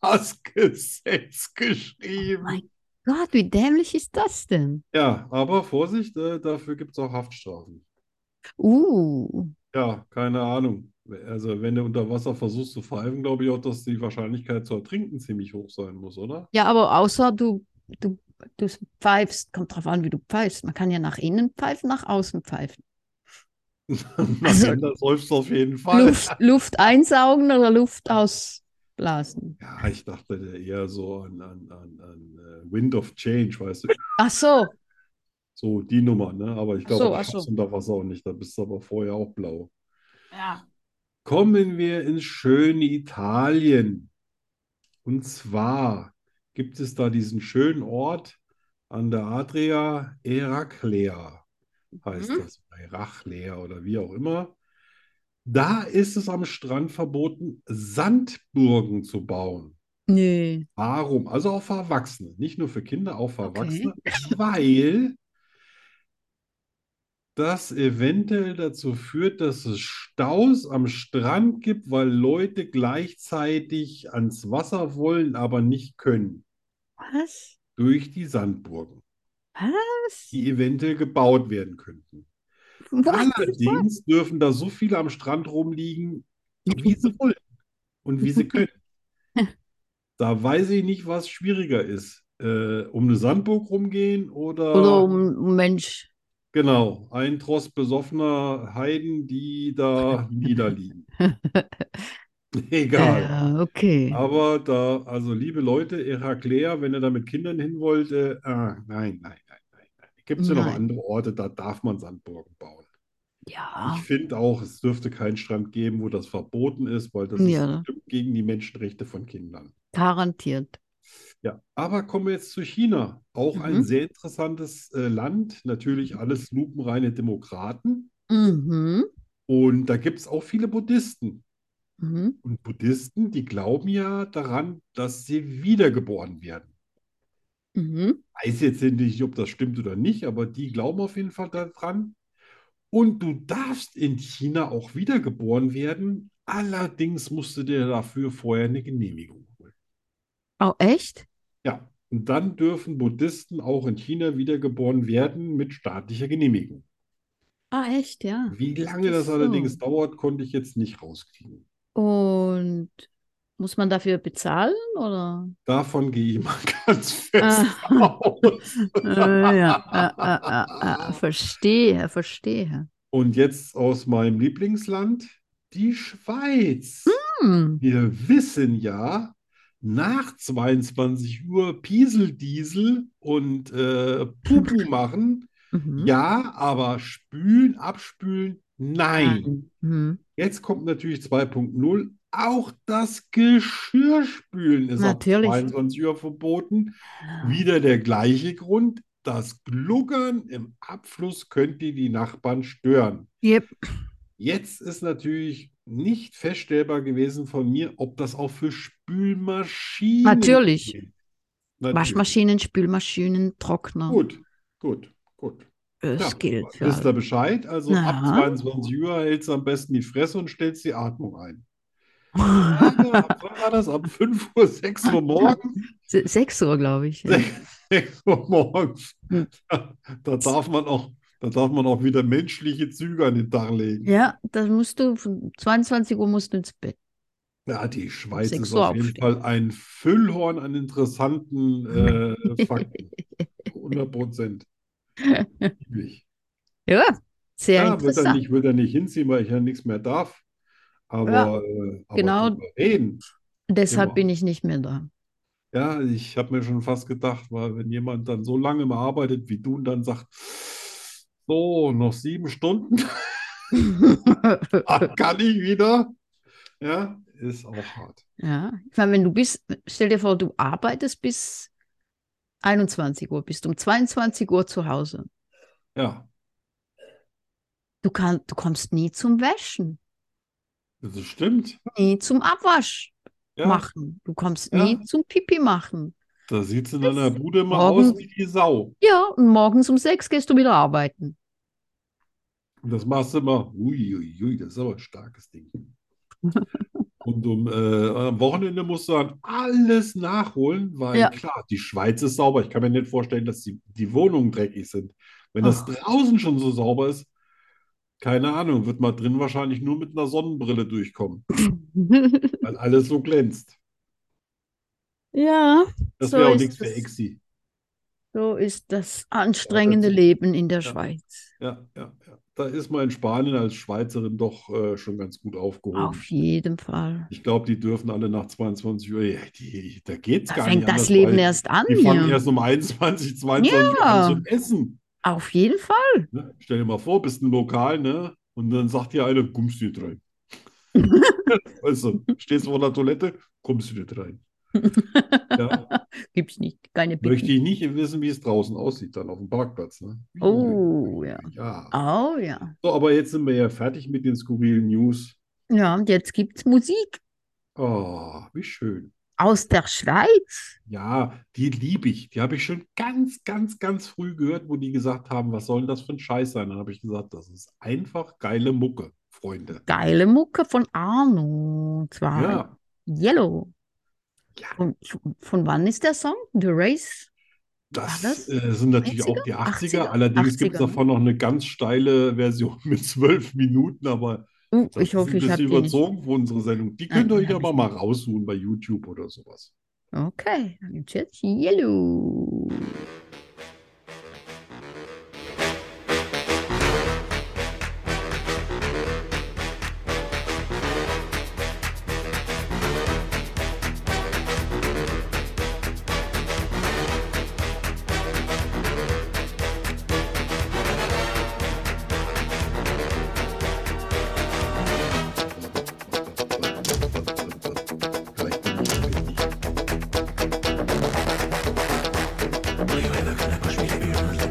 das Gesetz geschrieben? mein Gott, wie dämlich ist das denn? Ja, aber Vorsicht, äh, dafür gibt es auch Haftstrafen. Uh, Ja, keine Ahnung. Also, wenn du unter Wasser versuchst zu pfeifen, glaube ich auch, dass die Wahrscheinlichkeit zu ertrinken ziemlich hoch sein muss, oder? Ja, aber außer du, du, du pfeifst, kommt drauf an, wie du pfeifst. Man kann ja nach innen pfeifen, nach außen pfeifen. Also- Wenn, dann läufst du auf jeden Fall. Luft, Luft einsaugen oder Luft ausblasen. Ja, ich dachte da eher so an, an, an, an äh, Wind of Change, weißt du, Ach so, so die Nummer, ne? Aber ich Ach glaube, so, das ach schaffst du so. unter Wasser auch nicht, da bist du aber vorher auch blau. Kommen wir ins schöne Italien. Und zwar gibt es da diesen schönen Ort an der Adria, Eraclea heißt Mhm. das, bei Rachlea oder wie auch immer. Da ist es am Strand verboten, Sandburgen zu bauen. nee. Warum? Also auch für Erwachsene, nicht nur für Kinder, auch für Erwachsene, weil das eventuell dazu führt, dass es Staus am Strand gibt, weil Leute gleichzeitig ans Wasser wollen, aber nicht können, Was? durch die Sandburgen, Was? die eventuell gebaut werden könnten. What? Allerdings dürfen da so viele am Strand rumliegen, wie sie wollen und wie sie können. Da weiß ich nicht, was schwieriger ist. Äh, um eine Sandburg rumgehen oder, Oder um um Mensch. genau, ein Tross besoffener Heiden, die da niederliegen. Egal. Ja, okay. Aber da, also liebe Leute, Heraklea, wenn ihr da mit Kindern hin wollt, äh, ah, nein, nein, nein, nein, nein. Gibt es ja noch Nein. andere Orte, da darf man Sandburgen bauen. Ich Ja. finde auch, es dürfte keinen Strand geben, wo das verboten ist, weil das Ja. ne? ist bestimmt gegen die Menschenrechte von Kindern. Garantiert. Ja, aber kommen wir jetzt zu China. Auch ein Mhm. sehr interessantes äh, Land, natürlich alles lupenreine Demokraten. Mhm. Und da gibt es auch viele Buddhisten. Mhm. Und Buddhisten, die glauben ja daran, dass sie wiedergeboren werden. Mhm. Weiß jetzt nicht, ob das stimmt oder nicht, aber die glauben auf jeden Fall daran. Und du darfst in China auch wiedergeboren werden. Allerdings musst du dir dafür vorher eine Genehmigung holen. Oh, echt? Ja, und dann dürfen Buddhisten auch in China wiedergeboren werden mit staatlicher Genehmigung. Ah, echt, ja. Wie lange das so. allerdings dauert, konnte ich jetzt nicht rauskriegen. Und muss man dafür bezahlen, oder? Davon gehe ich mal ganz fest Ah. aus. Äh, ja, äh, äh, äh, äh, verstehe, verstehe. Und jetzt aus meinem Lieblingsland, die Schweiz. Hm. Wir wissen ja, nach 22 Uhr Pieseldiesel und äh, Pupu machen, Mhm. ja, aber spülen, abspülen, nein. Mhm. Jetzt kommt natürlich 2.0. Auch das Geschirrspülen ist ab Natürlich. 22 Uhr verboten. Wieder der gleiche Grund. Das Gluckern im Abfluss könnte die Nachbarn stören. Yep. Jetzt ist natürlich nicht feststellbar gewesen von mir, ob das auch für Spülmaschinen Natürlich. gilt. Natürlich. Waschmaschinen, Spülmaschinen, Trockner. Gut, gut, gut. das Ja, gilt für wisst ihr alle. Bescheid? Also ab Ja. 22 Uhr hältst du am besten die Fresse und stellst die Atmung ein. Ja, ab, wann war das? Ab 5 Uhr, 6 Uhr morgens? Se- Sechs Uhr, glaube ich. Ja. 6 Uhr morgens. Hm. Da, da darf man auch, da darf man auch wieder menschliche Züge an den Tag legen. ja, dann musst du, von 22 Uhr musst du ins Bett. Ja, die Schweiz Sechs ist Uhr auf jeden aufstehen. Fall ein Füllhorn an interessanten äh, Fakten. 100 Prozent. Ja, sehr Ja, wird er interessant. nicht, wird er nicht hinziehen, weil ich ja nichts mehr darf. Aber, Ja, äh, aber genau. drüber reden. Deshalb Immer. bin ich nicht mehr da. Ja, ich habe mir schon fast gedacht, weil wenn jemand dann so lange mal arbeitet wie du und dann sagt, so, noch sieben Stunden, dann kann ich wieder. Ja, ist auch hart. Ja, ich meine, wenn du bist, stell dir vor, du arbeitest bis 21 Uhr, bist um 22 Uhr zu Hause. Ja, Du, kann, du kommst nie zum Wäschen, das stimmt. nie zum Abwasch Ja, machen. Du kommst Ja. nie zum Pipi machen. da sieht es in deiner Bude mal Morgen- aus wie die Sau. Ja, und morgens um sechs gehst du wieder arbeiten. Und das machst du immer, uiuiui, ui, das ist aber ein starkes Ding. Und um, äh, am Wochenende musst du dann alles nachholen, weil Ja. klar, die Schweiz ist sauber. Ich kann mir nicht vorstellen, dass die, die Wohnungen dreckig sind. Wenn das Ach. draußen schon so sauber ist, keine Ahnung, wird man drin wahrscheinlich nur mit einer Sonnenbrille durchkommen, weil alles so glänzt. Ja, Das So wäre auch ist nichts für es. Exi. so ist das anstrengende Leben in der Ja. Schweiz. Ja, ja, ja. Da ist man in Spanien als Schweizerin doch äh, schon ganz gut aufgehoben. Auf jeden Fall. Ich glaube, die dürfen alle nach 22 Uhr. Ja, die, da geht's Da gar fängt nicht das anders, Leben weil erst an die fangen hier. erst um 21, 22 Uhr Ja. an zum Essen. Auf jeden Fall. Ne? Stell dir mal vor, bist ein Lokal, ne? Und dann sagt dir einer, kommst du nicht rein. Weißt du, stehst vor der Toilette, kommst du nicht rein. Ja, Gibt's nicht. Keine möchte Pipi. ich nicht wissen, wie es draußen aussieht, dann auf dem Parkplatz. Ne? Oh, ja. Ja. Oh, ja. So, aber jetzt sind wir ja fertig mit den skurrilen News. Ja, und jetzt gibt's Musik Oh, wie schön. aus der Schweiz. Ja, die liebe ich. Die habe ich schon ganz, ganz, ganz früh gehört, wo die gesagt haben, was soll denn das für ein Scheiß sein? Dann habe ich gesagt, das ist einfach geile Mucke, Freunde. Geile Mucke von Arno. Zwar Ja, Yellow. Ja. Von, von wann ist der Song? The Race? das War das äh, sind natürlich auch die 80er? 80er. Allerdings gibt 80er, es ne? davon noch eine ganz steile Version mit zwölf Minuten, aber Uh, das ich ist ein hoffe, ich habe bisschen die nicht. überzogen für unsere Sendung. Die Nein, könnt ihr euch hab aber ich mal raussuchen bei YouTube oder sowas. Okay, dann gibt's jetzt Yellow. Vielleicht bin ich auch richtig.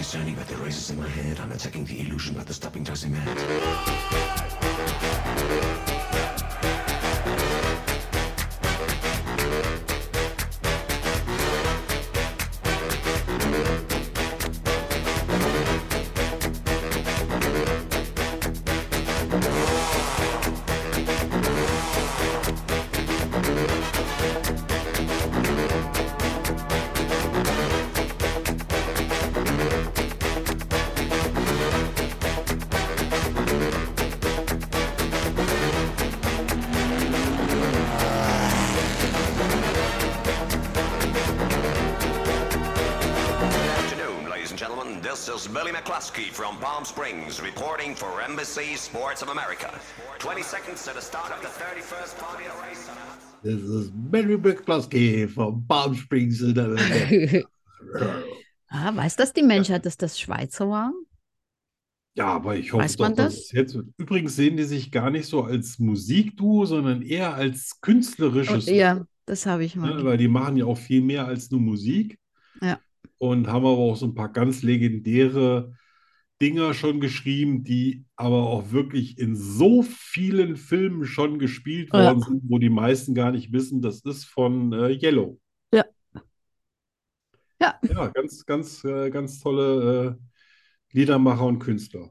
is turning, but the race is in my head. I'm attacking the illusion, but the stopping drives me mad. This is Billy McCluskey from Palm Springs reporting for Embassy Sports of America. 20 seconds to the start of the 31st party of race. This is Billy McCluskey from Palm Springs in America. ah, weiß das die Menschheit, dass das Schweizer waren? Ja, aber ich hoffe, Weiß doch, man dass das? es jetzt wird. Übrigens sehen die sich gar nicht so als Musikduo, sondern eher als künstlerisches. ja, das habe ich mal. Ne, weil die machen ja auch viel mehr als nur Musik. Ja. Und haben aber auch so ein paar ganz legendäre Dinger schon geschrieben, die aber auch wirklich in so vielen Filmen schon gespielt Ja. worden sind, wo die meisten gar nicht wissen, das ist von äh, Yellow. Ja. Ja. Ja, ganz, ganz, äh, ganz tolle äh, Liedermacher und Künstler.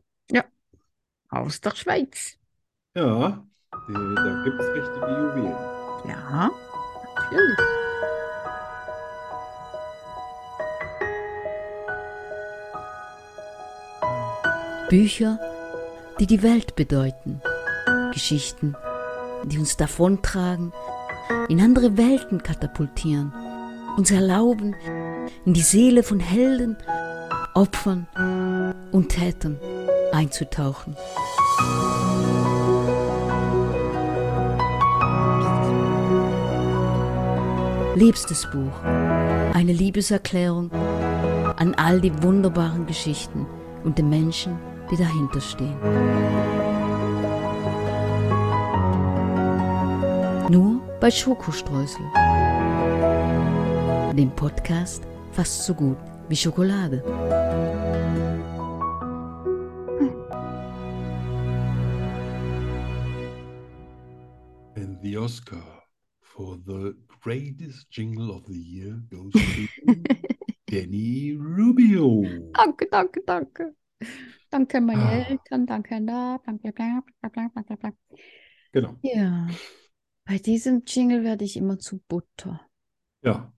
Aus der Schweiz. Ja, die, da gibt es richtige Juwelen. Ja, natürlich. Bücher, die die Welt bedeuten. Geschichten, die uns davontragen, in andere Welten katapultieren, uns erlauben, in die Seele von Helden, Opfern und Tätern einzutauchen. Liebstes Buch. Eine Liebeserklärung an all die wunderbaren Geschichten und den Menschen, die dahinter stehen. Nur bei Schokostreusel. Dem Podcast fast so gut wie Schokolade. And the Oscar for the greatest jingle of the year goes to Danny Rubio. Danke, danke, danke. Danke an meine Ah. Eltern, danke an da, danke, bla, bla, bla, bla, bla, bla. Genau. Ja, bei diesem Jingle werde ich immer zu Butter. Ja,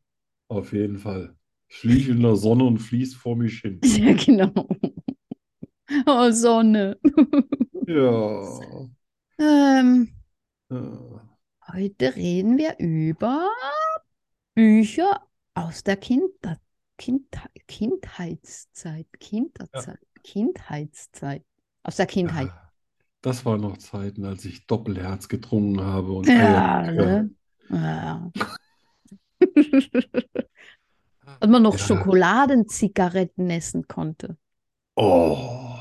auf jeden Fall. Ich liege in der Sonne und fließt vor mich hin. Ja, genau. Oh, Sonne. Ja. Ähm, Ja. heute reden wir über Bücher aus der Kinder Kindheit, Kindheitszeit, Kinderzeit, Kindheitszeit, aus der Kindheit. Das waren noch Zeiten, als ich Doppelherz getrunken habe und Ja, Eier. ne? Ja. Als man noch Ja. Schokoladenzigaretten essen konnte. Oh,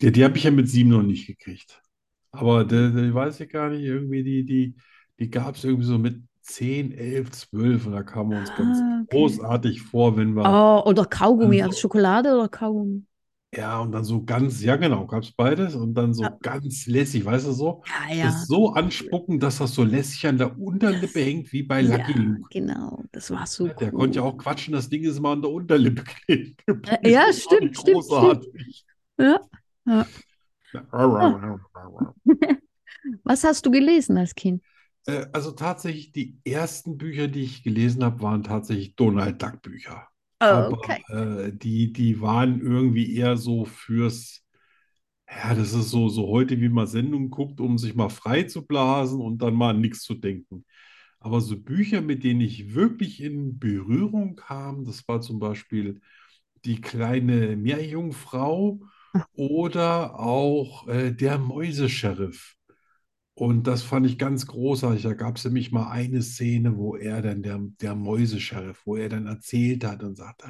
die, die habe ich ja mit sieben noch nicht gekriegt. Aber die, die weiß ich gar nicht, irgendwie die, die, die gab es irgendwie so mit 10, 11, 12 und da kamen wir uns ganz Ah, okay. großartig vor, wenn wir, Oh, oder Kaugummi, Ähm, also Schokolade oder Kaugummi. ja, und dann so ganz, ja genau, gab es beides und dann so Ja. ganz lässig, weißt du so, Ja, das ja, so anspucken, dass das so lässig an der Unterlippe hängt, wie bei Lucky Ja, Luke. genau, das war so Der konnte ja cool. auch quatschen, das Ding ist mal an der Unterlippe kleben geblieben. Äh, ja, Das war stimmt, stimmt, stimmt. großartig. Ja, ja. Ja. Was hast du gelesen als Kind? Äh, Also tatsächlich, die ersten Bücher, die ich gelesen habe, waren tatsächlich Donald Duck Bücher. Aber Oh, okay. äh, die, die waren irgendwie eher so fürs, ja, das ist so, so heute, wie man Sendungen guckt, um sich mal frei zu blasen und dann mal an nichts zu denken. Aber so Bücher, mit denen ich wirklich in Berührung kam, das war zum Beispiel Die kleine Meerjungfrau oder auch äh, Der Mäusesheriff. Und das fand ich ganz großartig. Da gab es nämlich mal eine Szene, wo er dann, der, der Mäusesheriff, wo er dann erzählt hat und sagte,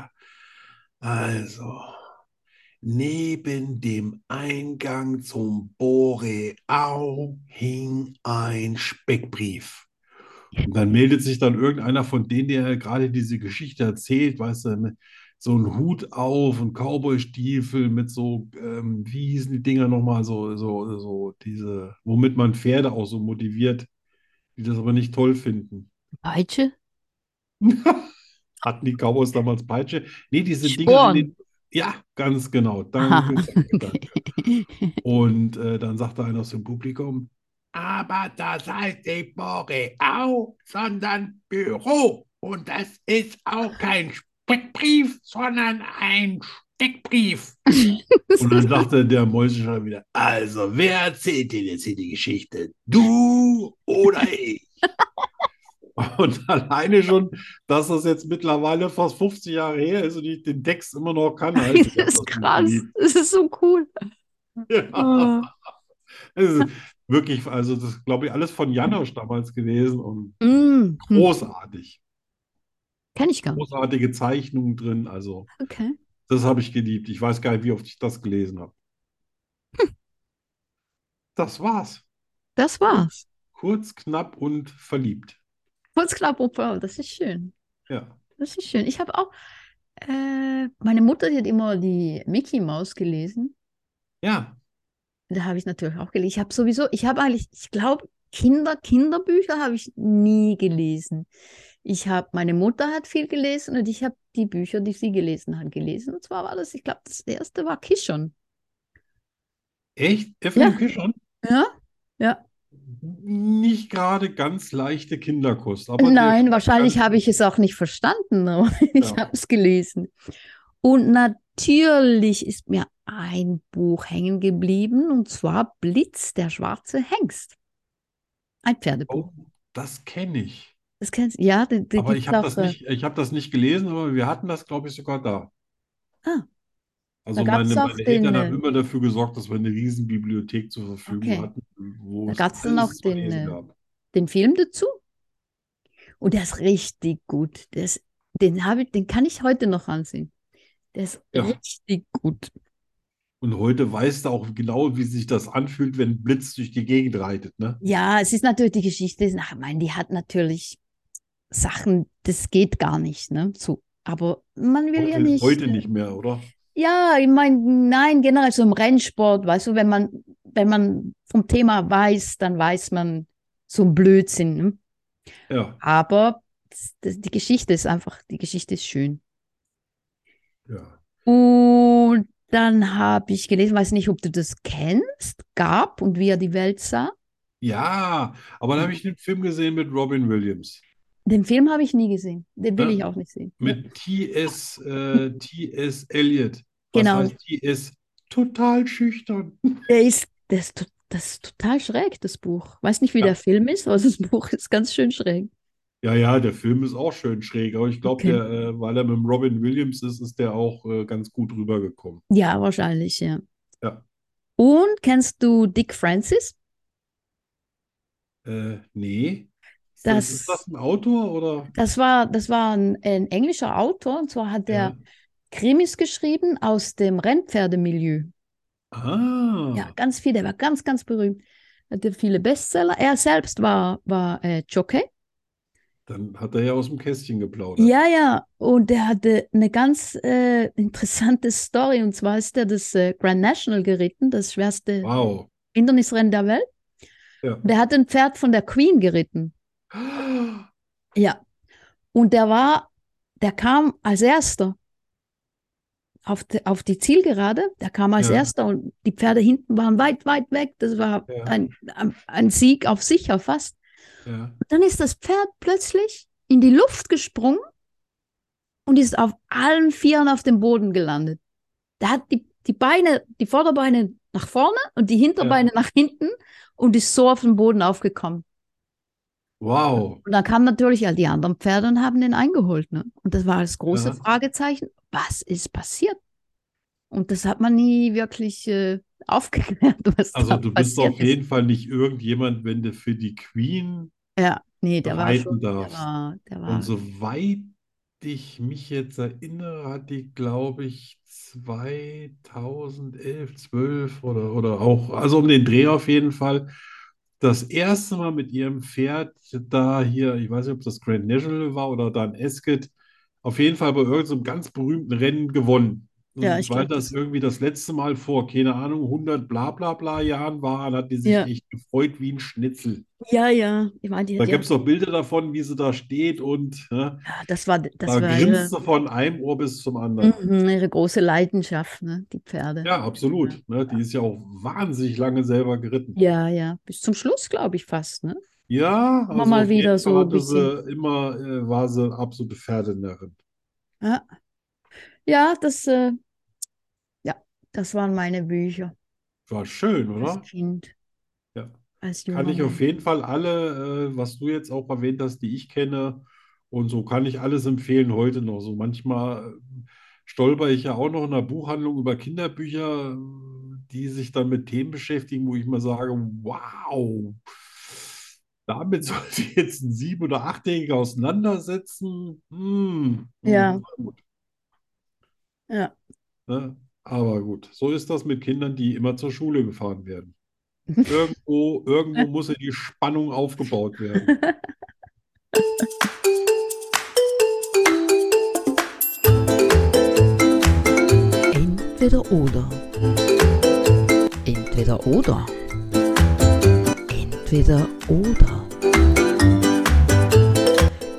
also, neben dem Eingang zum Boreau hing ein Speckbrief. Und dann meldet sich dann irgendeiner von denen, der gerade diese Geschichte erzählt, weißt du, so einen Hut auf und Cowboy-Stiefel mit so, ähm, wie hießen die Dinger nochmal, so, so, so diese, womit man Pferde auch so motiviert, die das aber nicht toll finden. Peitsche? Hatten die Cowboys damals Peitsche? Nee, diese Dinger, Sporn. die, ja, ganz genau. Danke. danke, danke. Und äh, dann sagte einer aus dem Publikum, Aber das heißt nicht Boreau, sondern Büro. Und das ist auch kein Steckbrief, sondern ein Steckbrief. und dann sagte der Mäuseschreiber wieder, Also, wer erzählt dir jetzt hier die Geschichte? Du oder ich? Und alleine schon, dass das jetzt mittlerweile fast 50 Jahre her ist und ich den Text immer noch kann. halte ich das ist einfach krass. irgendwie. Das ist so cool. Oh. Ja. Das ist wirklich, also das ist, glaube ich, alles von Janosch damals gewesen und Mm, hm, großartig. kenn ich gar nicht. Großartige Zeichnungen drin. Also, Okay. das habe ich geliebt. Ich weiß gar nicht, wie oft ich das gelesen habe. Hm. Das war's. Das war's. Kurz, knapp und verliebt. Kurz knapp und blau, das ist schön. Ja. Das ist schön. Ich habe auch, äh, meine Mutter die hat immer die Mickey Maus gelesen. Ja. Da habe ich natürlich auch gelesen. Ich habe sowieso, ich habe eigentlich, ich glaube, Kinder, Kinderbücher habe ich nie gelesen. Ich habe, meine Mutter hat viel gelesen und ich habe die Bücher, die sie gelesen hat, gelesen. Und zwar war das, ich glaube, das erste war Kishon. Echt? F.M. Kishon? Ja? Nicht gerade ganz leichte Kinderkost, aber der Nein, stand wahrscheinlich ganz habe ich es auch nicht verstanden, aber ich Ja. habe es gelesen. Und natürlich ist mir ein Buch hängen geblieben, und zwar Blitz, der schwarze Hengst. Ein Pferdebuch. Oh, das kenne ich. Das kennst du? Ja, die, die Aber ich gibt's habe auch, das äh, nicht, ich habe das nicht gelesen, aber wir hatten das, glaube ich, sogar da. Ah. Also Da gab's meine, auch meine Eltern den, äh, haben immer dafür gesorgt, dass wir eine riesen Bibliothek zur Verfügung Okay. hatten, wo Da es gab's dann alles auch zu den, lesen äh, gab. den Film dazu. Und der ist richtig gut. Der ist, den habe ich, den kann ich heute noch ansehen. Der ist Ja. richtig gut. Und heute weißt du auch genau, wie sich das anfühlt, wenn ein Blitz durch die Gegend reitet, ne? Ja, es ist natürlich die Geschichte. ist- Ach, mein, die hat natürlich Sachen, das geht gar nicht, ne? So. Aber man will ja Heute, nicht. äh, ne? heute nicht mehr, oder? Ja, ich meine, nein, generell so im Rennsport, weißt du, wenn man, wenn man vom Thema weiß, dann weiß man so ein Blödsinn, ne? Ja, Aber das, das, die Geschichte ist einfach, die Geschichte ist schön. ja. Und dann habe ich gelesen, weiß nicht, ob du das kennst, Gab und wie er die Welt sah. Ja, aber da habe ich einen Film gesehen mit Robin Williams. Den Film habe ich nie gesehen. Den will Ja. ich auch nicht sehen. Mit T.S. Äh, T.S. Eliot. Was Genau. heißt T.S.? Total schüchtern. Der ist, der ist, to- das ist total schräg, das Buch. Weiß nicht, wie Ja. der Film ist, aber das Buch ist ganz schön schräg. Ja, ja, der Film ist auch schön schräg, aber ich glaube, Okay. der, äh, weil er mit dem Robin Williams ist, ist der auch äh, ganz gut rübergekommen. Ja, wahrscheinlich, ja. Ja. Und kennst du Dick Francis? Äh, nee. Ist Das- Ist das ein Autor oder? Das war, das war ein, ein englischer Autor und zwar hat er Ja. Krimis geschrieben aus dem Rennpferdemilieu. Ah, Ja, ganz viel. Der war ganz, ganz berühmt. Hatte viele Bestseller. Er selbst war, war äh, Jockey. dann hat er ja aus dem Kästchen geplaudert. Ja, ja. Und der hatte eine ganz äh, interessante Story. Und zwar ist er das äh, Grand National geritten, das schwerste Wow. Hindernisrennen der Welt. Ja. Der hat ein Pferd von der Queen geritten. Ja. Und der war, der kam als Erster auf die, auf die Zielgerade. Der kam als Ja. Erster und die Pferde hinten waren weit, weit weg. Das war Ja. ein, ein, ein Sieg auf sicher fast. Ja. Und dann ist das Pferd plötzlich in die Luft gesprungen und ist auf allen Vieren auf dem Boden gelandet. Der hat die, die Beine, die Vorderbeine nach vorne und die Hinterbeine nach hinten und ist so auf den Boden aufgekommen. Wow. Und dann kamen natürlich all die anderen Pferde und haben den eingeholt. Ne? Und das war das große Ja. Fragezeichen, was ist passiert? Und das hat man nie wirklich äh, aufgeklärt, was Also da du bist passiert auf jeden Fall nicht irgendjemand, wenn du für die Queen ist. Ja, nee, der war reiten schon, der darfst. war, der war, Und soweit ich mich jetzt erinnere, hat die, glaube ich, 2011, 12 oder, oder auch, also um den Dreh auf jeden Fall, das erste Mal mit ihrem Pferd da hier, ich weiß nicht, ob das Grand National war oder dann Ascot, auf jeden Fall bei irgendeinem ganz berühmten Rennen gewonnen. Und Ja, ich weil glaub, das irgendwie das letzte Mal vor, keine Ahnung, 100 bla bla bla Jahren waren, hat die sich Ja. echt gefreut wie ein Schnitzel. Ja, ja. Ich meine, die Da hat ja, gibt es doch Bilder davon, wie sie da steht und ne, ja, das war, das da war ihre, grinst sie von einem Ohr bis zum anderen. mhm, ihre große Leidenschaft, ne? Die Pferde. Ja, absolut. Ne, die ist ja auch wahnsinnig lange selber geritten. Ja, ja. Bis zum Schluss, glaube ich, fast, ne? Ja, also mal auf jeden wieder Fall so ein hatte sie immer, äh, war sie eine absolute Pferdenärrin. Ja, das, äh, ja, das waren meine Bücher War schön, oder? als Kind. Ja. Als Kann junger ich auf Mensch. jeden Fall alle, äh, was du jetzt auch erwähnt hast, die ich kenne, und so kann ich alles empfehlen heute noch. So manchmal äh, stolper ich ja auch noch in einer Buchhandlung über Kinderbücher, äh, die sich dann mit Themen beschäftigen, wo ich mal sage, wow, damit sollte jetzt ein Sieben- oder Achtjähriger auseinandersetzen. Hm, Ja. hm, gut. Ja. Ne? Aber gut, so ist das mit Kindern, die immer zur Schule gefahren werden. Irgendwo, irgendwo muss ja die Spannung aufgebaut werden. Entweder oder. Entweder oder. Entweder oder.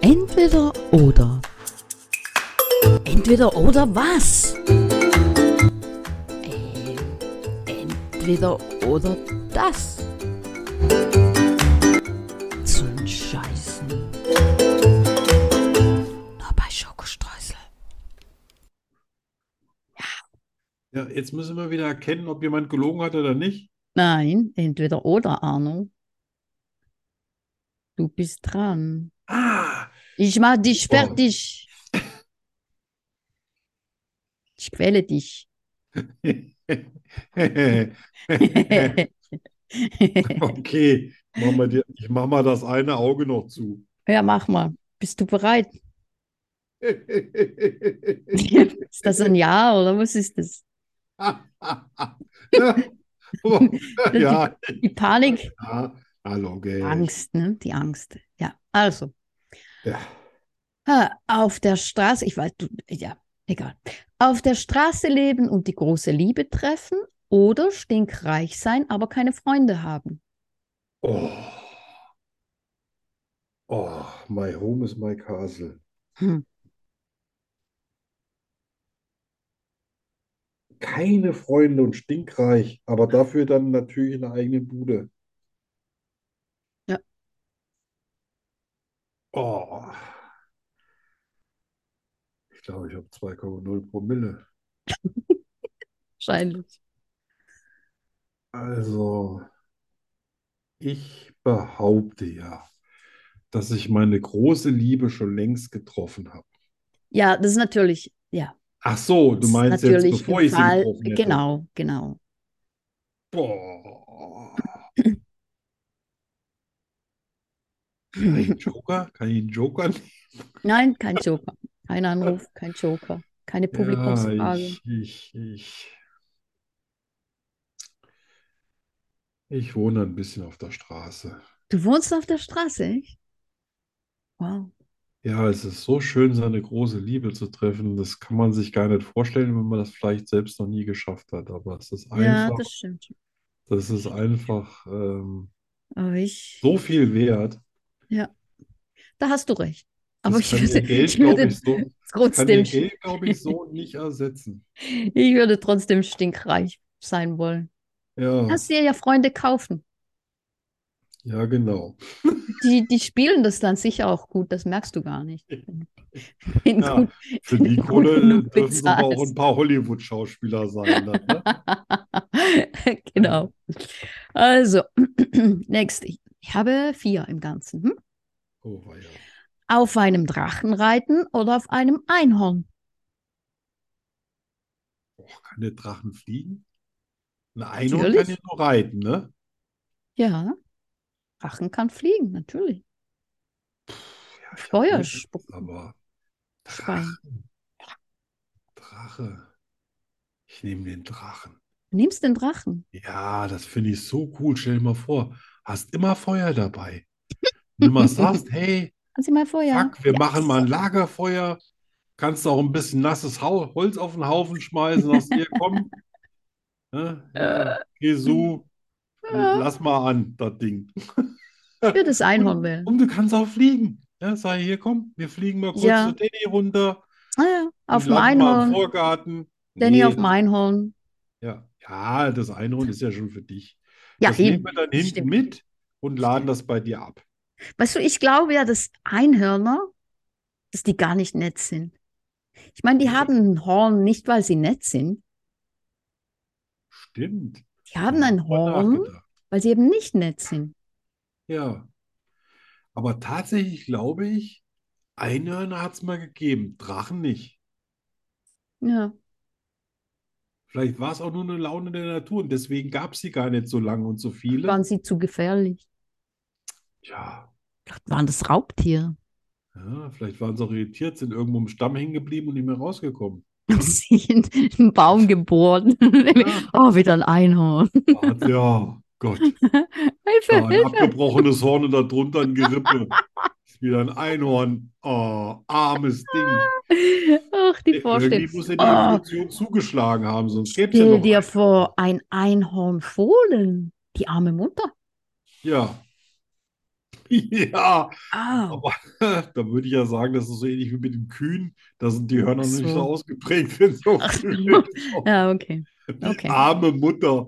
Entweder oder. Entweder oder was? Ähm, entweder oder das. Zum Scheißen. Nur bei Schokostreusel. Ja, jetzt müssen wir wieder erkennen, ob jemand gelogen hat oder nicht. Nein, entweder oder, Arno. Du bist dran. Ah, Ich mach dich Wow. fertig. Ich quäle dich. okay. Mach mal die, ich mach mal das eine Auge noch zu. Ja, mach mal. Bist du bereit? Ist das ein Ja oder was ist das? Ja, Die Panik? ja, hallo, okay. Angst, ne? Die Angst. Ja, also. Ja. Ha, Auf der Straße, ich weiß, du, ja, egal. Auf der Straße leben und die große Liebe treffen oder stinkreich sein, aber keine Freunde haben. Oh. Oh, my home is my castle. Hm. Keine Freunde und stinkreich, aber dafür dann natürlich eine eigene Bude. Ja. Oh. Ich glaube, ich habe 2,0 Promille. Wahrscheinlich. Also, ich behaupte ja, dass ich meine große Liebe schon längst getroffen habe. Ja, das ist natürlich, ja, Ach so, du das ist meinst jetzt, natürlich bevor ein ich sie Fall. getroffen hätte. Genau, genau. Boah. Kann ich einen Joker? Kann ich einen Joker nehmen? Nein, kein Joker. Kein Anruf, kein Joker. Keine Ja, Publikumsfrage. ich, ich, ich. Ich wohne ein bisschen auf der Straße. Du wohnst auf der Straße, echt? Wow. Ja, es ist so schön, seine große Liebe zu treffen. Das kann man sich gar nicht vorstellen, wenn man das vielleicht selbst noch nie geschafft hat. Aber es ist Ja, einfach, das stimmt. das ist einfach ähm, Aber ich, so viel wert. da hast du recht. Das Aber ich kann ihr würde, Geld, ich glaub würde ich, so, kann ihr trotzdem, Geld, glaube ich, so nicht ersetzen. ich würde trotzdem stinkreich sein wollen. Ja, Kannst dir ja Freunde kaufen. ja, genau. Die, die spielen das dann sicher auch gut, das merkst du gar nicht. In Ja, gut- Für die Gut Kohle genug dürfen sie aber auch bezahlst. ein paar Hollywood-Schauspieler sein dann, ne? Genau. Also, nächste. Ich habe vier im Ganzen. Hm? Oh, ja. Auf einem Drachen reiten oder auf einem Einhorn? Boah, kann der Drachen fliegen? Ein Einhorn kann Natürlich. ja nur reiten, ne? Ja, Drachen kann fliegen, natürlich. Ja, ich hab Feuer Glück, spucken. aber Schwein. Drachen. Drache. Ich nehme den Drachen. Du nimmst den Drachen. Ja, das finde ich so cool. Stell dir mal vor, hast immer Feuer dabei. Wenn du mal sagst, hey, Kannst du mal vorher? fuck, wir Ja, machen mal ein Lagerfeuer. Kannst du auch ein bisschen nasses Hau- Holz auf den Haufen schmeißen, sagst hier, komm. Ne? Ja, Äh. Jesu, Ja. lass mal an, das Ding. Für das Einhornwellen. Und du kannst auch fliegen. Ja, sag hier, komm, wir fliegen mal kurz Ja. zu Danny runter. Ah, ja. Auf und dem landen mal im Einhorn. Vorgarten. Danny Nee, auf dem Einhorn. Ja. ja, das Einhorn ist ja schon für dich. Ja, das eben. nehmen wir dann hinten Stimmt. mit und laden das bei dir ab. Weißt du, ich glaube ja, dass Einhörner, dass die gar nicht nett sind. Ich meine, die haben ein Horn nicht, weil sie nett sind. Stimmt. Die haben ein Horn, Nachgedacht. weil sie eben nicht nett sind. Ja. Aber tatsächlich glaube ich, Einhörner hat es mal gegeben, Drachen nicht. Ja. Vielleicht war es auch nur eine Laune der Natur und deswegen gab es sie gar nicht so lange und so viele. Waren sie zu gefährlich? Ja, Vielleicht waren das Raubtiere. ja, vielleicht waren sie auch irritiert, sind irgendwo im Stamm hängen geblieben und nicht mehr rausgekommen. Sie in einen Baum geboren. Ja, Oh, wieder ein Einhorn. hat- ja, Gott, da Hilfe, ein Hilfe. abgebrochenes Horn und darunter ein Gerippe. Ist wieder ein Einhorn. Oh, armes Ding. Ach, die Irgendwie Vorstellung. muss er die Oh, Evolution zugeschlagen haben, sonst gäbe es ja stell noch dir einen. vor, ein Einhornfohlen. Die arme Mutter. Ja. Ja, Ah, aber da würde ich ja sagen, das ist so ähnlich wie mit den Kühen. Da sind die Hörner noch nicht so so. ausgeprägt, wenn so Ach so. Kühe. ja, Ah, okay. okay. Arme Mutter.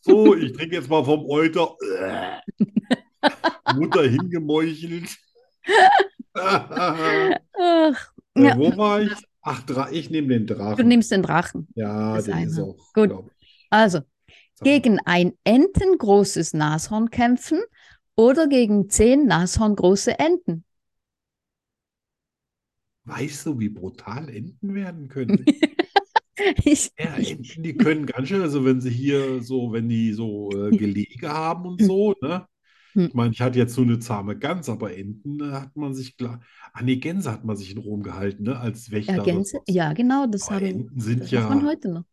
So, ich trinke jetzt mal vom Euter. Mutter hingemeuchelt. Äh, Ach, Ja. wo war ich? Ach, Dra ich nehme den du Drachen. nimmst den Drachen. Ja, das der ist eine. auch, Gut. glaub ich. Also, gegen ein entengroßes Nashorn kämpfen oder gegen zehn Nashorngroße Enten. Weißt du, wie brutal Enten werden können? Ich, Ja, Enten, die können ganz schön, also wenn sie hier so, wenn die so äh, Hm. Gelege haben und so, ne? Ich meine, ich hatte jetzt so eine zahme Gans, aber Enten äh, hat man sich klar. Ah, nee, Gänse hat man sich in Rom gehalten, ne? Als Wächter oder ergänze, sowas. ja, genau, das, Aber haben, Enten sind das macht man ja. heute noch.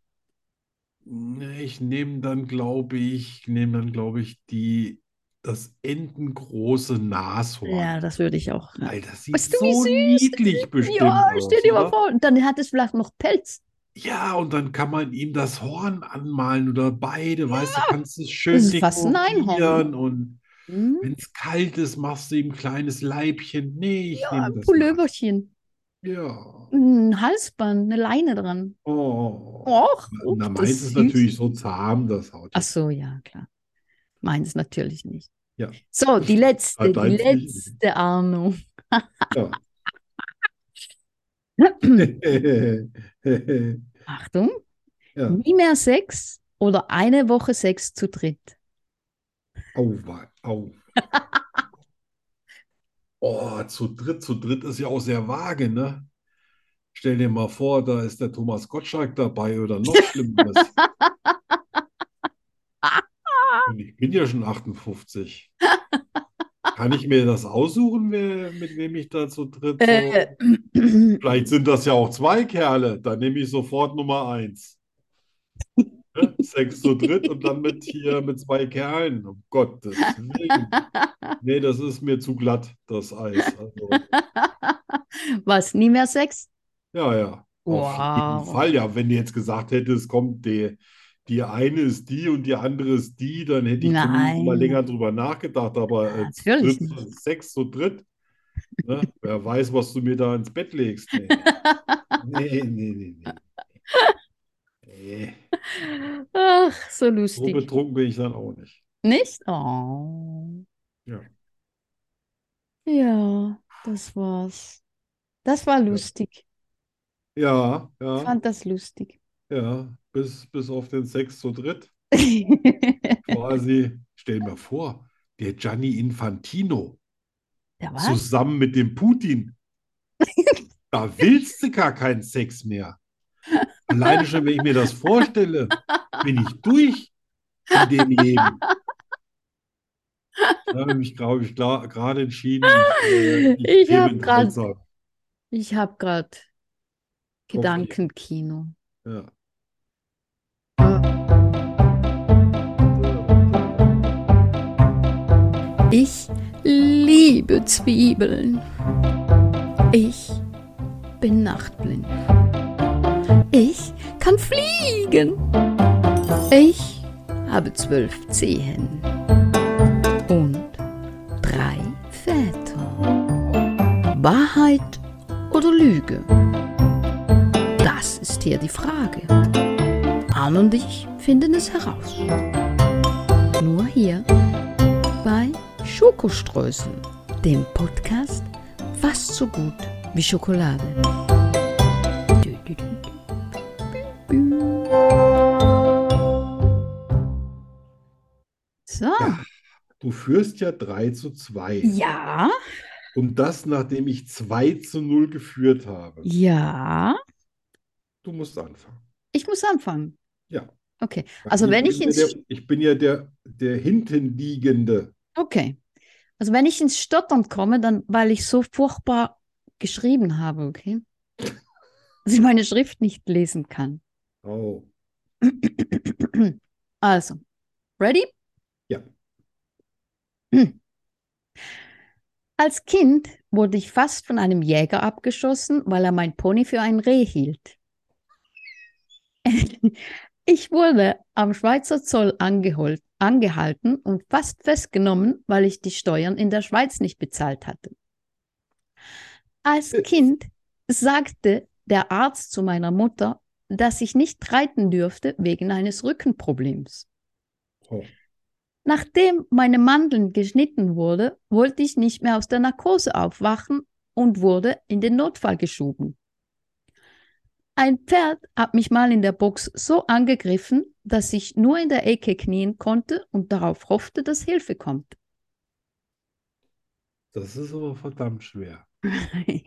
Ne, Ich nehme dann, glaube ich, ich nehme dann, glaube ich, die das entengroße Nashorn. Ja, das würde ich auch. Ja. Weil das sieht Weißt du, wie so süß? niedlich bestimmt Ja, aus, ne? stell dir mal oder? vor, und dann hat es vielleicht noch Pelz. Ja, und dann kann man ihm das Horn anmalen oder beide, weißt du, kannst es schön Das ist fast ein Einhorn. dekorieren und Hm? wenn es kalt ist, machst du ihm ein kleines Leibchen. Nee, ich nehme Ein das Nashorn. Pulloverchen, Ja. ein Halsband, eine Leine dran. Oh. Och, ups, Na, das meins ist ist süß. natürlich so zahm, das Haut. Ach so, ja, klar. Meins natürlich nicht. Ja. So, die letzte, Ah, die deins nicht. letzte Arno. Ja. Achtung, Ja. nie mehr Sex oder eine Woche Sex zu dritt. Auweih, au. Oh, zu dritt, zu dritt ist ja auch sehr vage, ne? Stell dir mal vor, da ist der Thomas Gottschalk dabei oder noch Schlimmeres. Und ich bin ja schon 58. Kann ich mir das aussuchen, wer, mit wem ich da zu dritt so. Äh, Vielleicht sind das ja auch zwei Kerle. Dann nehme ich sofort Nummer eins. Ne? Sechs zu dritt und dann mit hier mit zwei Kerlen. Um Gottes Willen. Nee, das ist mir zu glatt, das Eis. Also, Was, nie mehr Sex? ja, ja. Auf Wow. jeden Fall, ja. Wenn du jetzt gesagt hättest, kommt die, die eine ist die und die andere ist die, dann hätte ich zumindest mal Nein. länger drüber nachgedacht. Aber äh, zu Natürlich dritt, nicht. sechs zu dritt, ne? Wer weiß, was du mir da ins Bett legst. Nee, nee, nee, nee. nee. Nee, Ach, so so lustig. betrunken bin ich dann auch nicht. Nicht? Oh. Ja. Ja, das war's. Das war lustig. Ja, Ich ja, fand das lustig. ja. Bis, bis auf den Sex zu dritt. Quasi, stell mir vor, der Gianni Infantino Ja, was? zusammen mit dem Putin. Da willst du gar keinen Sex mehr. Alleine schon, wenn ich mir das vorstelle, bin ich durch in dem Leben. Ich habe mich, glaube ich, klar- gerade entschieden. Ich, äh, ich Ich gebe hab ins grad- Alter. Ich habe gerade Gedankenkino. Ja. Ich liebe Zwiebeln. Ich bin nachtblind. Ich kann fliegen. Ich habe zwölf Zehen und drei Väter. Wahrheit oder Lüge? Das ist hier die Frage. Arne und ich finden es heraus. Nur hier bei Schokoströßen, dem Podcast fast so gut wie Schokolade. Dü, dü, dü, dü, dü, dü. So, Ja. Du führst ja 3 zu 2. ja, Und das, nachdem ich 2 zu 0 geführt habe. ja, Du musst anfangen. ich muss anfangen. Ja. Okay, also wenn ich bin ja ins der, ich bin ja der, der Hintenliegende. Okay. Also wenn ich ins Stottern komme, dann weil ich so furchtbar geschrieben habe, okay? Dass ich meine Schrift nicht lesen kann. Oh. Also, ready? Ja. Hm. Als Kind wurde ich fast von einem Jäger abgeschossen, weil er mein Pony für ein Reh hielt. Ich wurde am Schweizer Zoll angehol- angehalten und fast festgenommen, weil ich die Steuern in der Schweiz nicht bezahlt hatte. Als Äh. Kind sagte der Arzt zu meiner Mutter, dass ich nicht reiten dürfte wegen eines Rückenproblems. Oh. Nachdem meine Mandeln geschnitten wurde, wollte ich nicht mehr aus der Narkose aufwachen und wurde in den Notfall geschoben. Ein Pferd hat mich mal in der Box so angegriffen, dass ich nur in der Ecke knien konnte und darauf hoffte, dass Hilfe kommt. Das ist aber verdammt schwer. Äh,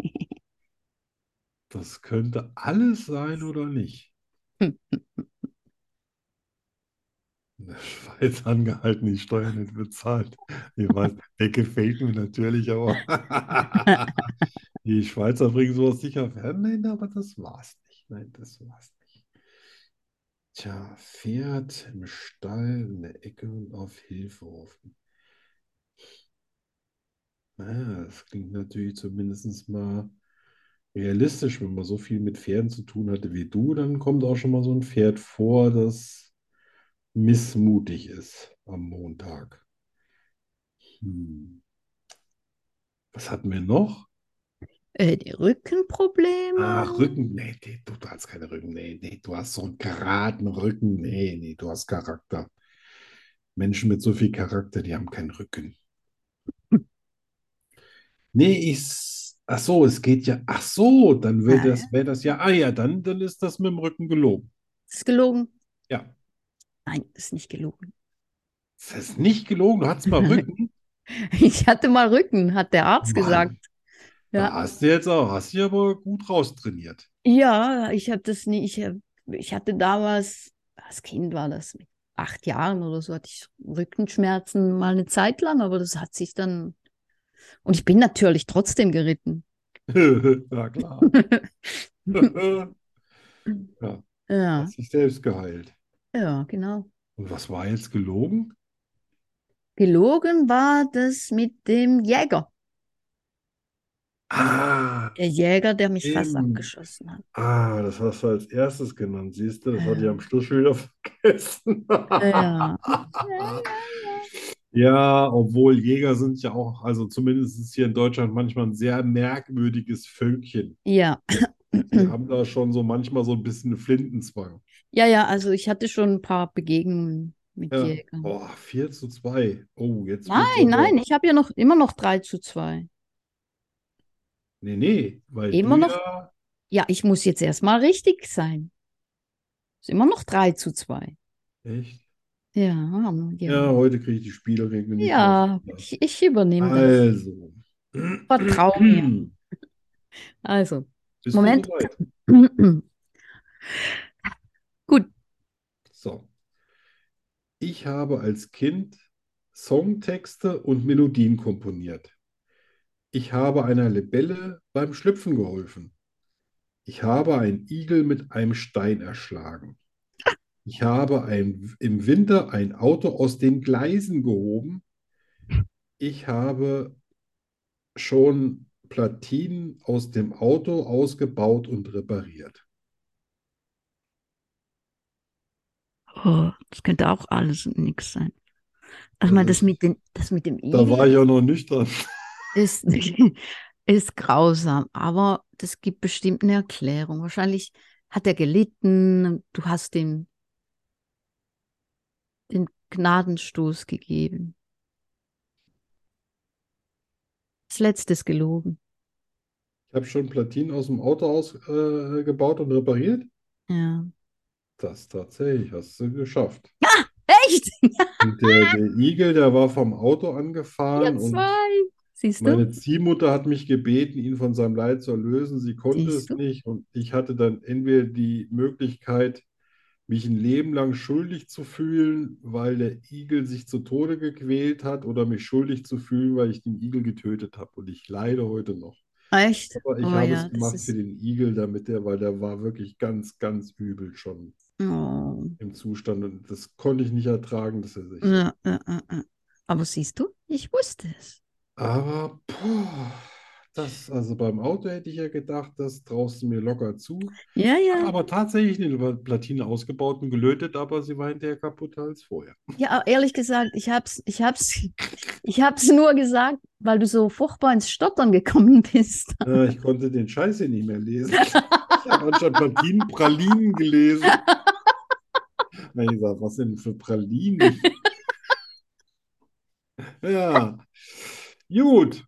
Das könnte alles sein oder nicht. In der Schweiz angehalten, die Steuern nicht bezahlt. Ich weiß, der gefällt mir natürlich, aber die Schweizer bringen sowas sicher fern. Nein, aber das war's nicht. Nein, das war's nicht. Tja, Pferd im Stall, in der Ecke und auf Hilfe rufen. Naja, Ah, das klingt natürlich zumindest mal realistisch, wenn man so viel mit Pferden zu tun hatte wie du, dann kommt auch schon mal so ein Pferd vor, das missmutig ist am Montag. Hm. Was hatten wir noch? Äh, die Rückenprobleme? Ach, Ah, Rücken. Nee, nee, du, du hast keine Rücken. Nee, nee, du hast so einen geraden Rücken. Nee, nee, du hast Charakter. Menschen mit so viel Charakter, die haben keinen Rücken. Nee, ich. s- Ach so, es geht ja. Ach so, dann wäre Ah, das, wär das ja. Ah ja, dann, dann ist das mit dem Rücken gelogen. Ist gelogen? Ja. Nein, ist nicht gelogen. Das ist nicht gelogen, du hattest mal Rücken. Ich hatte mal Rücken, hat der Arzt Mann. gesagt. Da hast du jetzt auch, hast du aber gut raustrainiert. Ja, ich habe das nie, ich, hab, ich hatte damals, als Kind war das, mit acht Jahren oder so, hatte ich Rückenschmerzen mal eine Zeit lang, aber das hat sich dann, und ich bin natürlich trotzdem geritten. Ja, klar. Ja, Ja, hat sich selbst geheilt. ja, genau. Und was war jetzt gelogen? Gelogen war das mit dem Jäger. Ah, Der Jäger, der mich fast Stimmt. abgeschossen hat. ah, das hast du als erstes genannt, siehst du, das hatte ich Ja. am Schluss schon wieder vergessen. Ja, Ja, obwohl Jäger sind ja auch, also zumindest ist hier in Deutschland manchmal ein sehr merkwürdiges Völkchen. ja, Die Hm. haben da schon so manchmal so ein bisschen Flintenzwang. ja, ja, also ich hatte schon ein paar Begegnungen mit Ja. Jägern. Boah, 4 zu 2. Oh, jetzt wird's Nein, aber- nein, ich habe ja noch immer noch 3 zu 2. Nee, nee, weil Immer du noch- ja, Ja, ich muss jetzt erstmal richtig sein. Ist immer noch 3 zu 2. echt? Ja, Arno, Ja, ja. heute kriege ich die Spielregeln nicht Ja, raus. ich, ich übernehme das. Also. hm, Vertrau mir. Also, Bist du Moment. soweit? Oh, So. Ich habe als Kind Songtexte und Melodien komponiert. Ich habe einer Libelle beim Schlüpfen geholfen. Ich habe einen Igel mit einem Stein erschlagen. Ich habe ein, im Winter ein Auto aus den Gleisen gehoben. Ich habe schon Platinen aus dem Auto ausgebaut und repariert. Oh, das könnte auch alles und nichts sein. Also mal das mit, den, das mit dem Da war ich ja noch nüchtern. ist, ist grausam, aber das gibt bestimmt eine Erklärung. Wahrscheinlich hat er gelitten, du hast ihm den Gnadenstoß gegeben. Das letzte ist gelogen. Ich habe schon Platinen aus dem Auto ausgebaut äh, gebaut und repariert. Ja. Das tatsächlich hast du geschafft. Echt? Und der, der Igel, der war vom Auto angefahren Ja, und zwei. Siehst du? meine Ziehmutter hat mich gebeten, ihn von seinem Leid zu erlösen. Sie konnte Siehst es du? nicht und ich hatte dann entweder die Möglichkeit, mich ein Leben lang schuldig zu fühlen, weil der Igel sich zu Tode gequält hat, oder mich schuldig zu fühlen, weil ich den Igel getötet habe. Und ich leide heute noch. Echt? Aber ich Oh habe ja, es das gemacht ist- für den Igel, damit der, weil der war wirklich ganz, ganz übel schon Oh. im Zustand und das konnte ich nicht ertragen, dass er sich. Ja, ja, ja, ja. Aber siehst du, ich wusste es. Aber puh, das, also beim Auto hätte ich ja gedacht, das traust du mir locker zu. Ja, ja. Aber tatsächlich eine Platine ausgebaut und gelötet, aber sie war hinterher kaputter als vorher. Ja, aber ehrlich gesagt, ich hab's, ich hab's, ich hab's nur gesagt, weil du so furchtbar ins Stottern gekommen bist. Äh, ich konnte den Scheiß hier nicht mehr lesen. Ich habe anstatt Platinen Pralinen gelesen. Na, ich sag, was denn für Pralinen? Ja. Gut,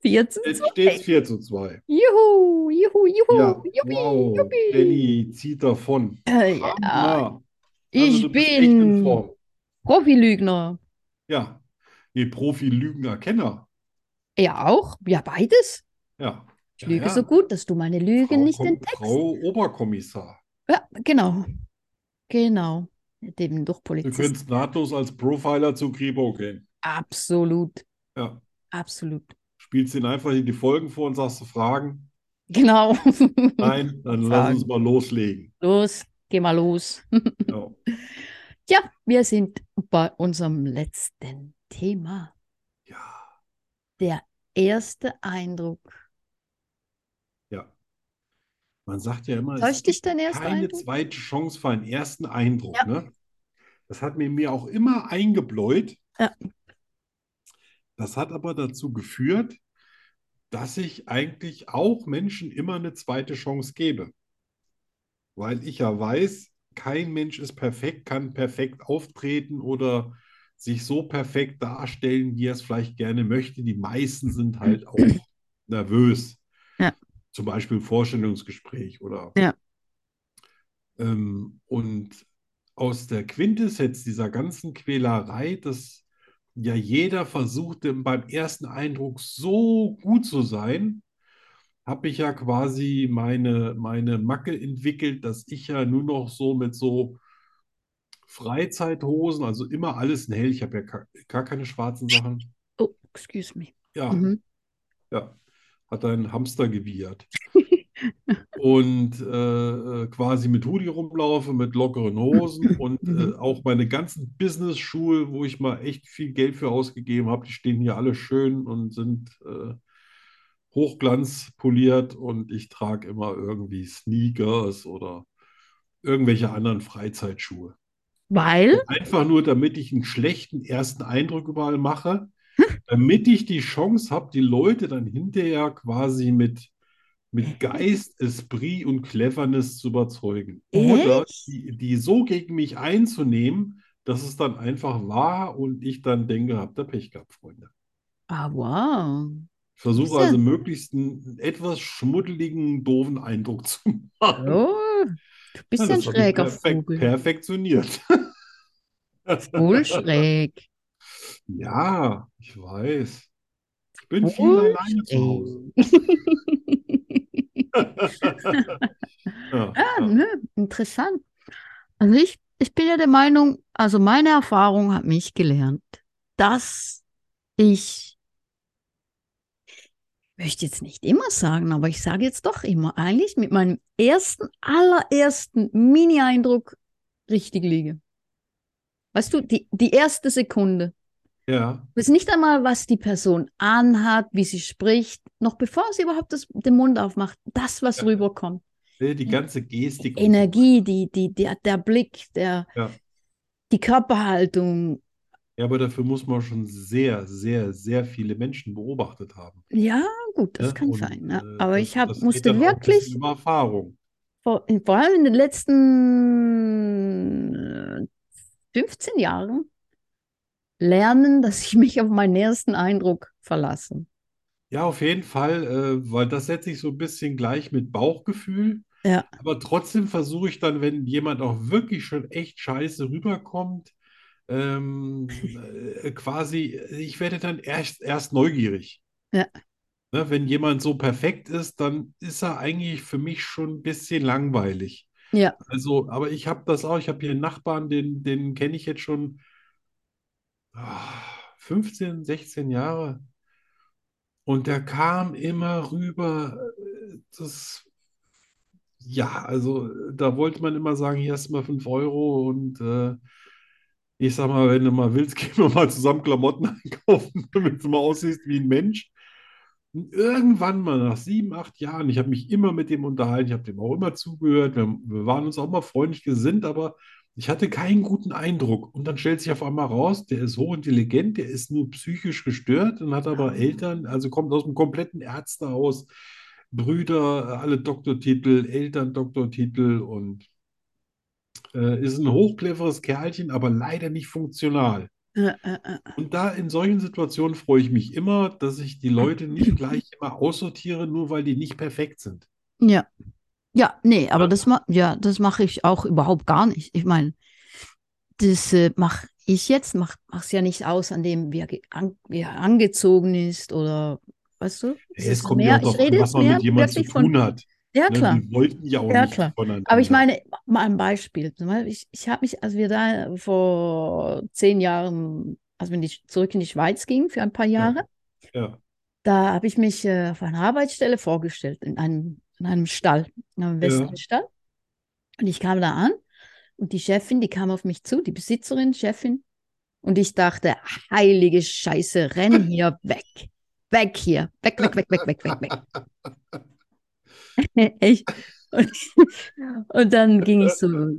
Vier zu jetzt steht es 4 zu 2. Juhu, juhu, juhu, Ja, juppie, wow. juppie. Danny zieht davon. Äh, ja. Hammer. Also, Ich du bist echt in bin Form. Profilügner. Ja. Nee, Profi-Lügner-Kenner. Ja, auch. Ja, beides. Ja. Ich Ja, lüge ja. so gut, dass du meine Lüge Frau nicht Kom- entdeckst. Frau Oberkommissar. Ja, genau. Genau. Mit dem durch Du Polizisten. könntest nahtlos als Profiler zu Kribo gehen. Absolut, Ja. absolut. Spielst ihn einfach hier die Folgen vor und sagst du Fragen? Genau. Nein, dann lass Fragen. uns mal loslegen. Los, geh mal los. Ja. Ja, wir sind bei unserem letzten Thema. Ja. Der erste Eindruck. ja. Man sagt ja immer, es Täuscht dich dein erster keine Eindruck? zweite Chance für einen ersten Eindruck. Ja. Ne? Das hat mir, mir auch immer eingebläut. Ja. Das hat aber dazu geführt, dass ich eigentlich auch Menschen immer eine zweite Chance gebe. Weil ich ja weiß, kein Mensch ist perfekt, kann perfekt auftreten oder sich so perfekt darstellen, wie er es vielleicht gerne möchte. Die meisten sind halt auch nervös. Ja. Zum Beispiel im Vorstellungsgespräch oder Ja. ähm, und aus der Quintessenz dieser ganzen Quälerei, dass ja jeder versuchte, beim ersten Eindruck so gut zu sein, habe ich ja quasi meine, meine Macke entwickelt, dass ich ja nur noch so mit so Freizeithosen, also immer alles in hell, ich habe ja gar, gar keine schwarzen Sachen. Oh, excuse me. Ja, Mhm. ja, hat einen Hamster gewiehert. Und äh, äh, quasi mit Hoodie rumlaufe, mit lockeren Hosen und äh, Mhm. auch meine ganzen Business-Schuhe, wo ich mal echt viel Geld für ausgegeben habe, die stehen hier alle schön und sind äh, hochglanzpoliert und ich trage immer irgendwie Sneakers oder irgendwelche anderen Freizeitschuhe. Weil, Einfach nur, damit ich einen schlechten ersten Eindruck überall mache, Hm? damit ich die Chance habe, die Leute dann hinterher quasi mit, mit Geist, Esprit und Cleverness zu überzeugen. Oder die, die so gegen mich einzunehmen, dass es dann einfach war und ich dann denke, habt ihr Pech gehabt, Freunde. ah, wow. Ich versuche Siehste. also möglichst einen etwas schmuddeligen, doofen Eindruck zu machen. Oh, du bist ja Ja, ein das habe ich schräger perfekt, Vogel. perfektioniert. Wohl schräg. Ja, ich weiß. Ich bin viel Wohl alleine zu Hause. Ja, Ja, ja. ne? Interessant. Also ich, ich bin ja der Meinung, also meine Erfahrung hat mich gelernt, dass ich, möchte jetzt nicht immer sagen, aber ich sage jetzt doch immer, eigentlich mit meinem ersten, allerersten Mini-Eindruck richtig liege. Weißt du, die, die erste Sekunde. Ja, Ich weiß nicht einmal, was die Person anhat, wie sie spricht, noch bevor sie überhaupt das, den Mund aufmacht, das, was Ja. rüberkommt. ne, die ganze Gestik. und so Energie, die, die, der, der Blick, der, Ja. die Körperhaltung. Ja, aber dafür muss man schon sehr, sehr, sehr viele Menschen beobachtet haben. Ja, gut, das ne? kann Und, sein. Ne? äh, Aber das, ich hab, das geht musste dann auch ein bisschen wirklich, über Erfahrung. vor, vor allem in den letzten äh, 15 Jahren, lernen, dass ich mich auf meinen ersten Eindruck verlasse. Ja, auf jeden Fall, äh, weil das setze ich so ein bisschen gleich mit Bauchgefühl. Ja. Aber trotzdem versuche ich dann, wenn jemand auch wirklich schon echt scheiße rüberkommt, ähm, äh, quasi, ich werde dann erst, erst neugierig. Ja. Ne, wenn jemand so perfekt ist, dann ist er eigentlich für mich schon ein bisschen langweilig. Ja. Also, aber ich habe das auch, ich habe hier einen Nachbarn, den, den kenne ich jetzt schon ah, 15, 16 Jahre. Und der kam immer rüber, äh, das, ja, also äh, da wollte man immer sagen, hier hast du mal 5 Euro und äh, ich sag mal, wenn du mal willst, gehen wir mal zusammen Klamotten einkaufen, damit du mal aussiehst wie ein Mensch. Und irgendwann mal nach sieben, acht Jahren, ich habe mich immer mit dem unterhalten, ich habe dem auch immer zugehört, wir, wir waren uns auch mal freundlich gesinnt, aber ich hatte keinen guten Eindruck. Und dann stellt sich auf einmal raus, der ist hochintelligent, der ist nur psychisch gestört und hat Ah. aber Eltern, also kommt aus einem kompletten Ärztehaus, Brüder, alle Doktortitel, Eltern Doktortitel und äh, ist ein hochcleveres Kerlchen, aber leider nicht funktional. Äh, äh, äh. Und da in solchen Situationen freue ich mich immer, dass ich die Leute nicht gleich immer aussortiere, nur weil die nicht perfekt sind. Ja. Ja, nee, aber das ma ja, das mache ich auch überhaupt gar nicht. Ich meine, das äh, mache ich jetzt, mach mach's ja nicht aus, an dem wie er, ge- an, wie er angezogen ist oder weißt du? Es Es ist kommt mehr, ja auch ich darauf rede an, jetzt was man mehr mit jemandem zu wirklich von, tun hat. ja Ne, klar. Die wollten ja auch Ja, nicht klar. voneinander. Aber ich meine, mal ein Beispiel. Zum Beispiel, Ich, ich habe mich, als wir da vor zehn Jahren, als wir in die, Sch- zurück in die Schweiz gingen für ein paar Jahre, Ja, da habe ich mich äh, auf einer Arbeitsstelle vorgestellt, in einem, in einem Stall, in einem Ja. Westernstall. Und ich kam da an und die Chefin, die kam auf mich zu, die Besitzerin, Chefin. Und ich dachte, heilige Scheiße, renn hier weg. Weg hier. Weg, weg, weg, weg, weg, weg, weg. Echt. Und, und dann ging ich so in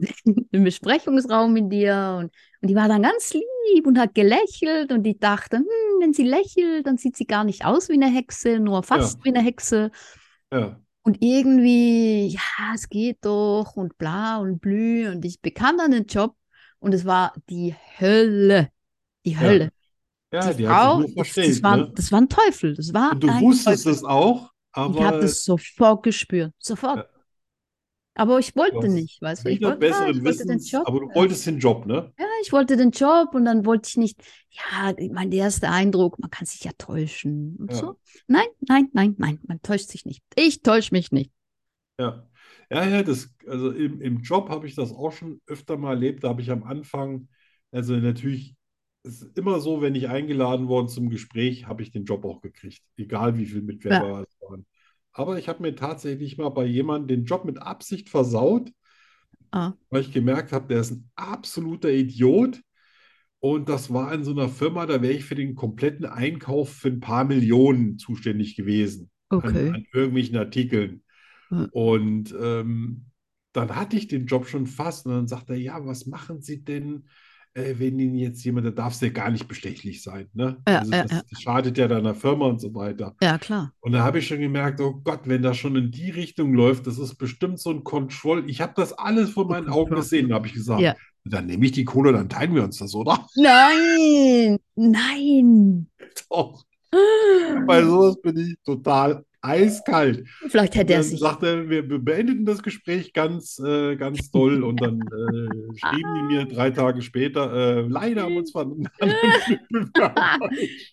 den Besprechungsraum mit dir und, und die war dann ganz lieb und hat gelächelt und ich dachte, hm, wenn sie lächelt, dann sieht sie gar nicht aus wie eine Hexe, nur fast wie eine Hexe. ja, Und irgendwie, ja, es geht doch und bla und blü. Und ich bekam dann den Job und es war die Hölle. Die Hölle. ja, die die haben Frau, sich nur das, verstellt, das, war, ne? das war ein Teufel. Das war Und du ein wusstest Teufel. es auch, Ich habe aber das sofort gespürt. Sofort. Ja. Aber ich wollte hast nicht, weißt du? Ich wieder wollte, ja, besseren ich wollte den Wissens, Job. aber du ja. wolltest den Job, ne? Ja, ich wollte den Job und dann wollte ich nicht, ja, ich meine, der erste Eindruck, man kann sich ja täuschen und Ja. so. Nein, nein, nein, nein, man täuscht sich nicht. Ich täusche mich nicht. Ja, ja, ja, das, also im, im Job habe ich das auch schon öfter mal erlebt. Da habe ich am Anfang, also natürlich es ist immer so, wenn ich eingeladen worden zum Gespräch, habe ich den Job auch gekriegt, egal wie viele Mitbewerber es waren. Aber ich habe mir tatsächlich mal bei jemandem den Job mit Absicht versaut, Ah. weil ich gemerkt habe, der ist ein absoluter Idiot. Und das war in so einer Firma, da wäre ich für den kompletten Einkauf für ein paar Millionen zuständig gewesen an, Okay. an irgendwelchen Artikeln. Hm. Und ähm, dann hatte ich den Job schon fast und dann sagt er, ja, was machen Sie denn, äh, wenn Ihnen jetzt jemand, da darf es ja gar nicht bestechlich sein, ne? Ja, Also ja, das, das schadet ja deiner Firma und so weiter. Ja, klar. Und da habe ich schon gemerkt, oh Gott, wenn das schon in die Richtung läuft, das ist bestimmt so ein Control. Ich habe das alles vor meinen Augen gesehen, habe ich gesagt. Ja. Dann nehme ich die Kohle, dann teilen wir uns das, oder? Nein, nein. Doch. Bei sowas bin ich total eiskalt. Vielleicht hätte er Dann Äh, sich. sagte er, wir wir beendeten das Gespräch ganz, äh, ganz doll und dann äh, schrieben die mir drei Tage später, äh, leider haben uns von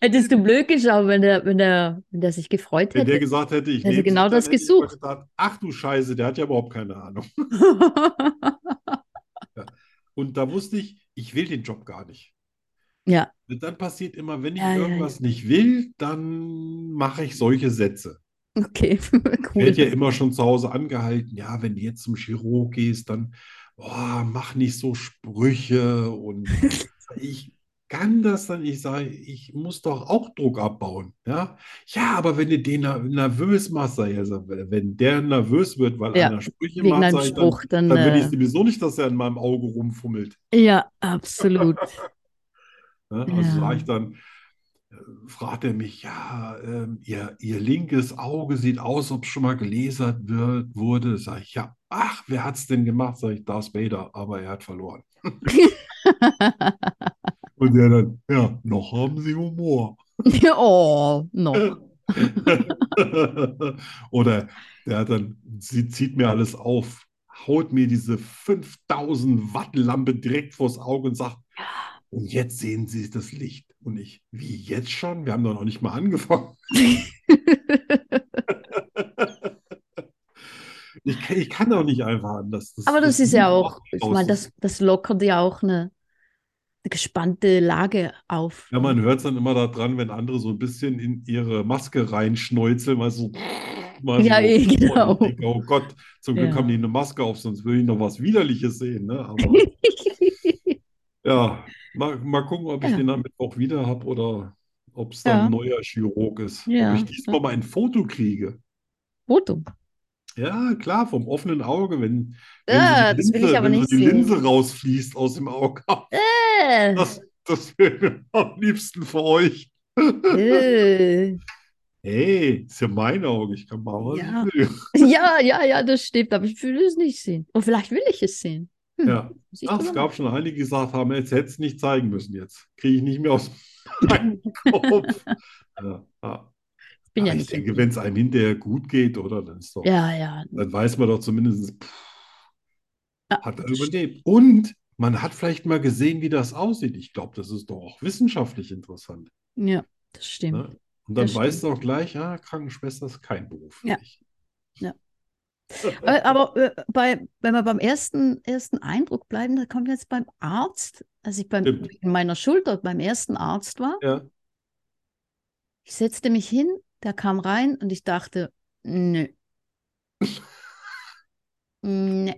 Hättest du blöd geschaut, wenn der, wenn der, wenn der sich gefreut Wenn der hätte. gesagt hätte, ich Hätte nehme genau sie, dann das hätte ich immer gesucht. gedacht, ach du Scheiße, der hat ja überhaupt keine Ahnung. Und da wusste ich, ich will den Job gar nicht. Ja. Und dann passiert immer, wenn ich Ja, ja, ja. irgendwas nicht will, dann mache ich solche Sätze. Okay, Wird ja cool. immer schon zu Hause angehalten, ja, wenn du jetzt zum Chirurg gehst, dann boah, mach nicht so Sprüche und ich kann das dann? Ich sage, ich muss doch auch Druck abbauen. Ja, ja aber wenn du den na- nervös machst, sag ich, also, wenn der nervös wird, weil Ja, einer Sprüche Wegen macht, einem sag ich, dann, Spruch, dann. dann will ich äh, sowieso nicht, dass er in meinem Auge rumfummelt. ja, absolut. Ne? Ja. Also sage ich dann, äh, fragt er mich, ja, ähm, ihr, ihr linkes Auge sieht aus, ob es schon mal gelasert wird, wurde. Sage ich, ja, ach, wer hat's denn gemacht? Sage ich, Darth Vader, aber er hat verloren. Und er dann, ja, noch haben sie Humor. oh, noch. Oder der hat dann, sie zieht mir alles auf, haut mir diese 5000 Watt Lampe direkt vors Auge und sagt, und jetzt sehen Sie das Licht. Und ich, wie jetzt schon? Wir haben doch noch nicht mal angefangen. Ich kann, ich kann doch nicht einfach anders. Aber das ist ja auch, ich aus. meine, das, das lockert ja auch eine, eine gespannte Lage auf. Ja, man hört es dann immer daran, wenn andere so ein bisschen in ihre Maske reinschneuzeln, mal so. Mal Ja, so. eh, genau. Und ich denke, oh Gott, zum Glück Ja. haben die eine Maske auf, sonst würde ich noch was Widerliches sehen. Ne? Aber ja, mal, mal gucken, ob ich Ja. den am Mittwoch wieder habe oder ob es dann Ja. ein neuer Chirurg ist. Ob Ja. ich diesmal mal ein Foto kriege. Foto. Ja, klar, vom offenen Auge, wenn, wenn Ah, so die das will ich Linse, aber wenn so nicht die sehen. Linse rausfließt aus dem Auge. Äh, Das, das wäre mir am liebsten für euch. äh. Hey, ist ja mein Auge, ich kann machen, was Ja. ich will. Ja, ja, ja, das stimmt, aber ich will es nicht sehen. Und vielleicht will ich es sehen. Hm, Ja, muss ich ach, es drüber gab schon einige, die gesagt haben, jetzt hätte es nicht zeigen müssen, jetzt kriege ich nicht mehr aus meinem Kopf. Ja, ja. nachdenken. Ich bin ja, Aber ich nicht. denke, wenn es einem hinterher gut geht, oder, dann ist doch, ja, ja. dann weiß man doch zumindest, pff, Ja, hat er das überlebt. Und man hat vielleicht mal gesehen, wie das aussieht. Ich glaube, das ist doch auch wissenschaftlich interessant. Ja, das stimmt. Ne? Und dann Das weißt du auch gleich, ja, Krankenschwester ist kein Beruf für Ja. dich. Äh, Aber äh, bei, wenn wir beim ersten, ersten Eindruck bleiben, da kommt jetzt beim Arzt, als ich beim, Stimmt. in meiner Schulter beim ersten Arzt war, Ja. ich setzte mich hin, der kam rein und ich dachte, nö. nee.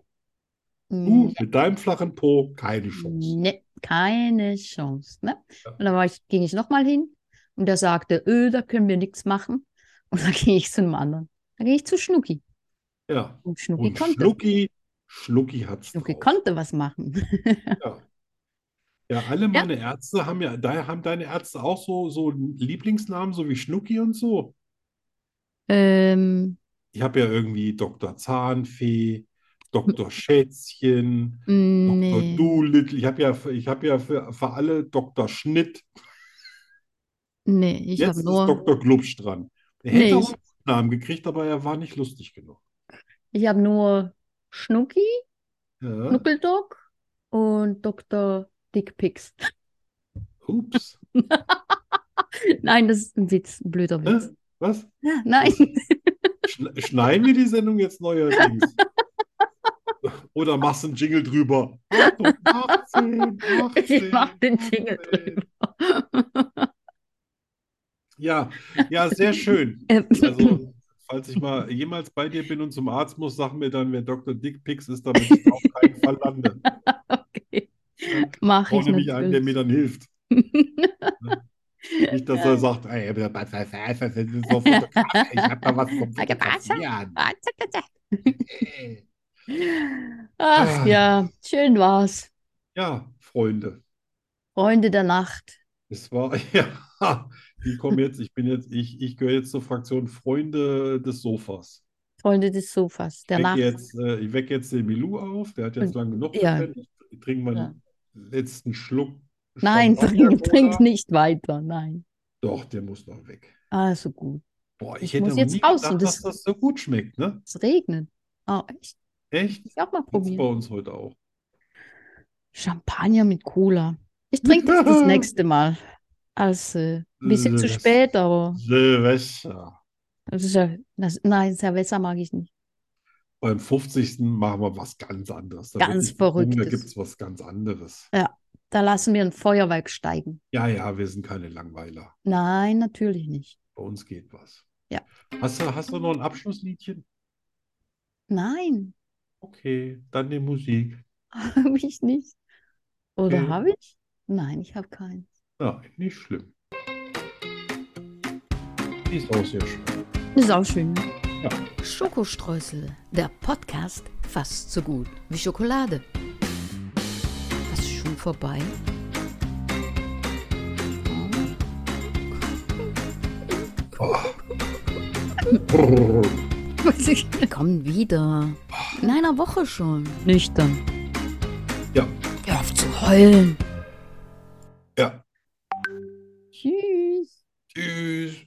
Du, Nee. mit deinem flachen Po keine Chance. Nee, keine Chance. Ne? Ja. Und dann war ich, ging ich nochmal hin und der sagte, öh, da können wir nichts machen. Und dann ging ich zu einem anderen. Dann ging ich zu Schnucki. Ja. Und Schnucki Und konnte. Schnucki, Schnucki hat's Schnucki drauf. konnte was machen. Ja, alle meine Ärzte haben ja, daher haben deine Ärzte auch so, so Lieblingsnamen, so wie Schnucki und so. ähm, Ich habe ja irgendwie Dr. Zahnfee, Dr. Schätzchen, Dr. nee. Doolittle. Ich habe ja, für- ich habe ja für, für alle Dr. Schnitt. Nee, ich Jetzt habe ist nur, Dr. Glubsch dran. Er Nee, hätte auch ich- einen Namen gekriegt, aber er war nicht lustig genug. ich habe nur Schnucki, Ja, Schnuckeldog und Dr. Dickpicks. ups. Nein, das ist ein Witz, ein blöder Hä? Witz. Was? Ja, nein. Schn- Schneiden wir die Sendung jetzt neuerdings? Oder machst du einen Jingle drüber? Achtung, 18, Ich mach 18, den Jingle 18. Ja, ja, sehr schön. Ähm, Also, falls ich mal jemals bei dir bin und zum Arzt muss, sag mir dann, wer Dr. Dick Pix ist, damit ich auf keinen Fall lande. okay. Mach Brauche ich nämlich einen, der mir dann hilft. Nicht, dass er sagt, ey, was- was- was- was- das ist so Ah, Fotograf, ich habe da was vom Fotografieren. Äh. Ach Ah. ja, schön war's. Ja, Freunde, Freunde der Nacht. es war, ja, die kommen jetzt, ich bin jetzt, ich, ich gehöre jetzt zur Fraktion Freunde des Sofas. Freunde des Sofas, der Ich wecke Nacht. jetzt, äh, ich wecke jetzt den Milou auf, der hat jetzt lang genug ja. gepennt. Ich trinke meinen letzten Schluck Nein, Champagner-Cola. trink, trink nicht weiter. Nein. Doch, der muss noch weg. Also gut. Boah, ich Ich hätte muss auch jetzt nie raus gedacht, und das- dass das so gut schmeckt, ne? Es regnet. Oh, echt? Echt? Muss Ich auch mal Gibt's bei probieren. uns heute auch. Champagner mit Cola. Ich trinke das das nächste Mal. Als äh, ein bisschen zu Das- spät, aber Silvester. das ist ja, das, nein, Cerveza mag ich nicht. Beim 50. machen wir was ganz anderes. Da wird Ganz nicht gesungen, da Verrücktes. gibt es was ganz anderes. Da lassen wir ein Feuerwerk steigen. Ja, ja, wir sind keine Langweiler. Nein, natürlich nicht. Bei uns geht was. Ja. Hast du, hast du noch ein Abschlussliedchen? Nein, Okay, dann die Musik. habe ich nicht. Oder Okay. habe ich? Nein, ich habe keinen. Nein, nicht schlimm. Die ist auch sehr schön. Ist auch schön. Schokostreusel, der Podcast fast so gut wie Schokolade. Was schon vorbei? Wir kommen wieder. In einer Woche schon. Nüchtern. Hör auf zu heulen. Ja. Tschüss. Tschüss.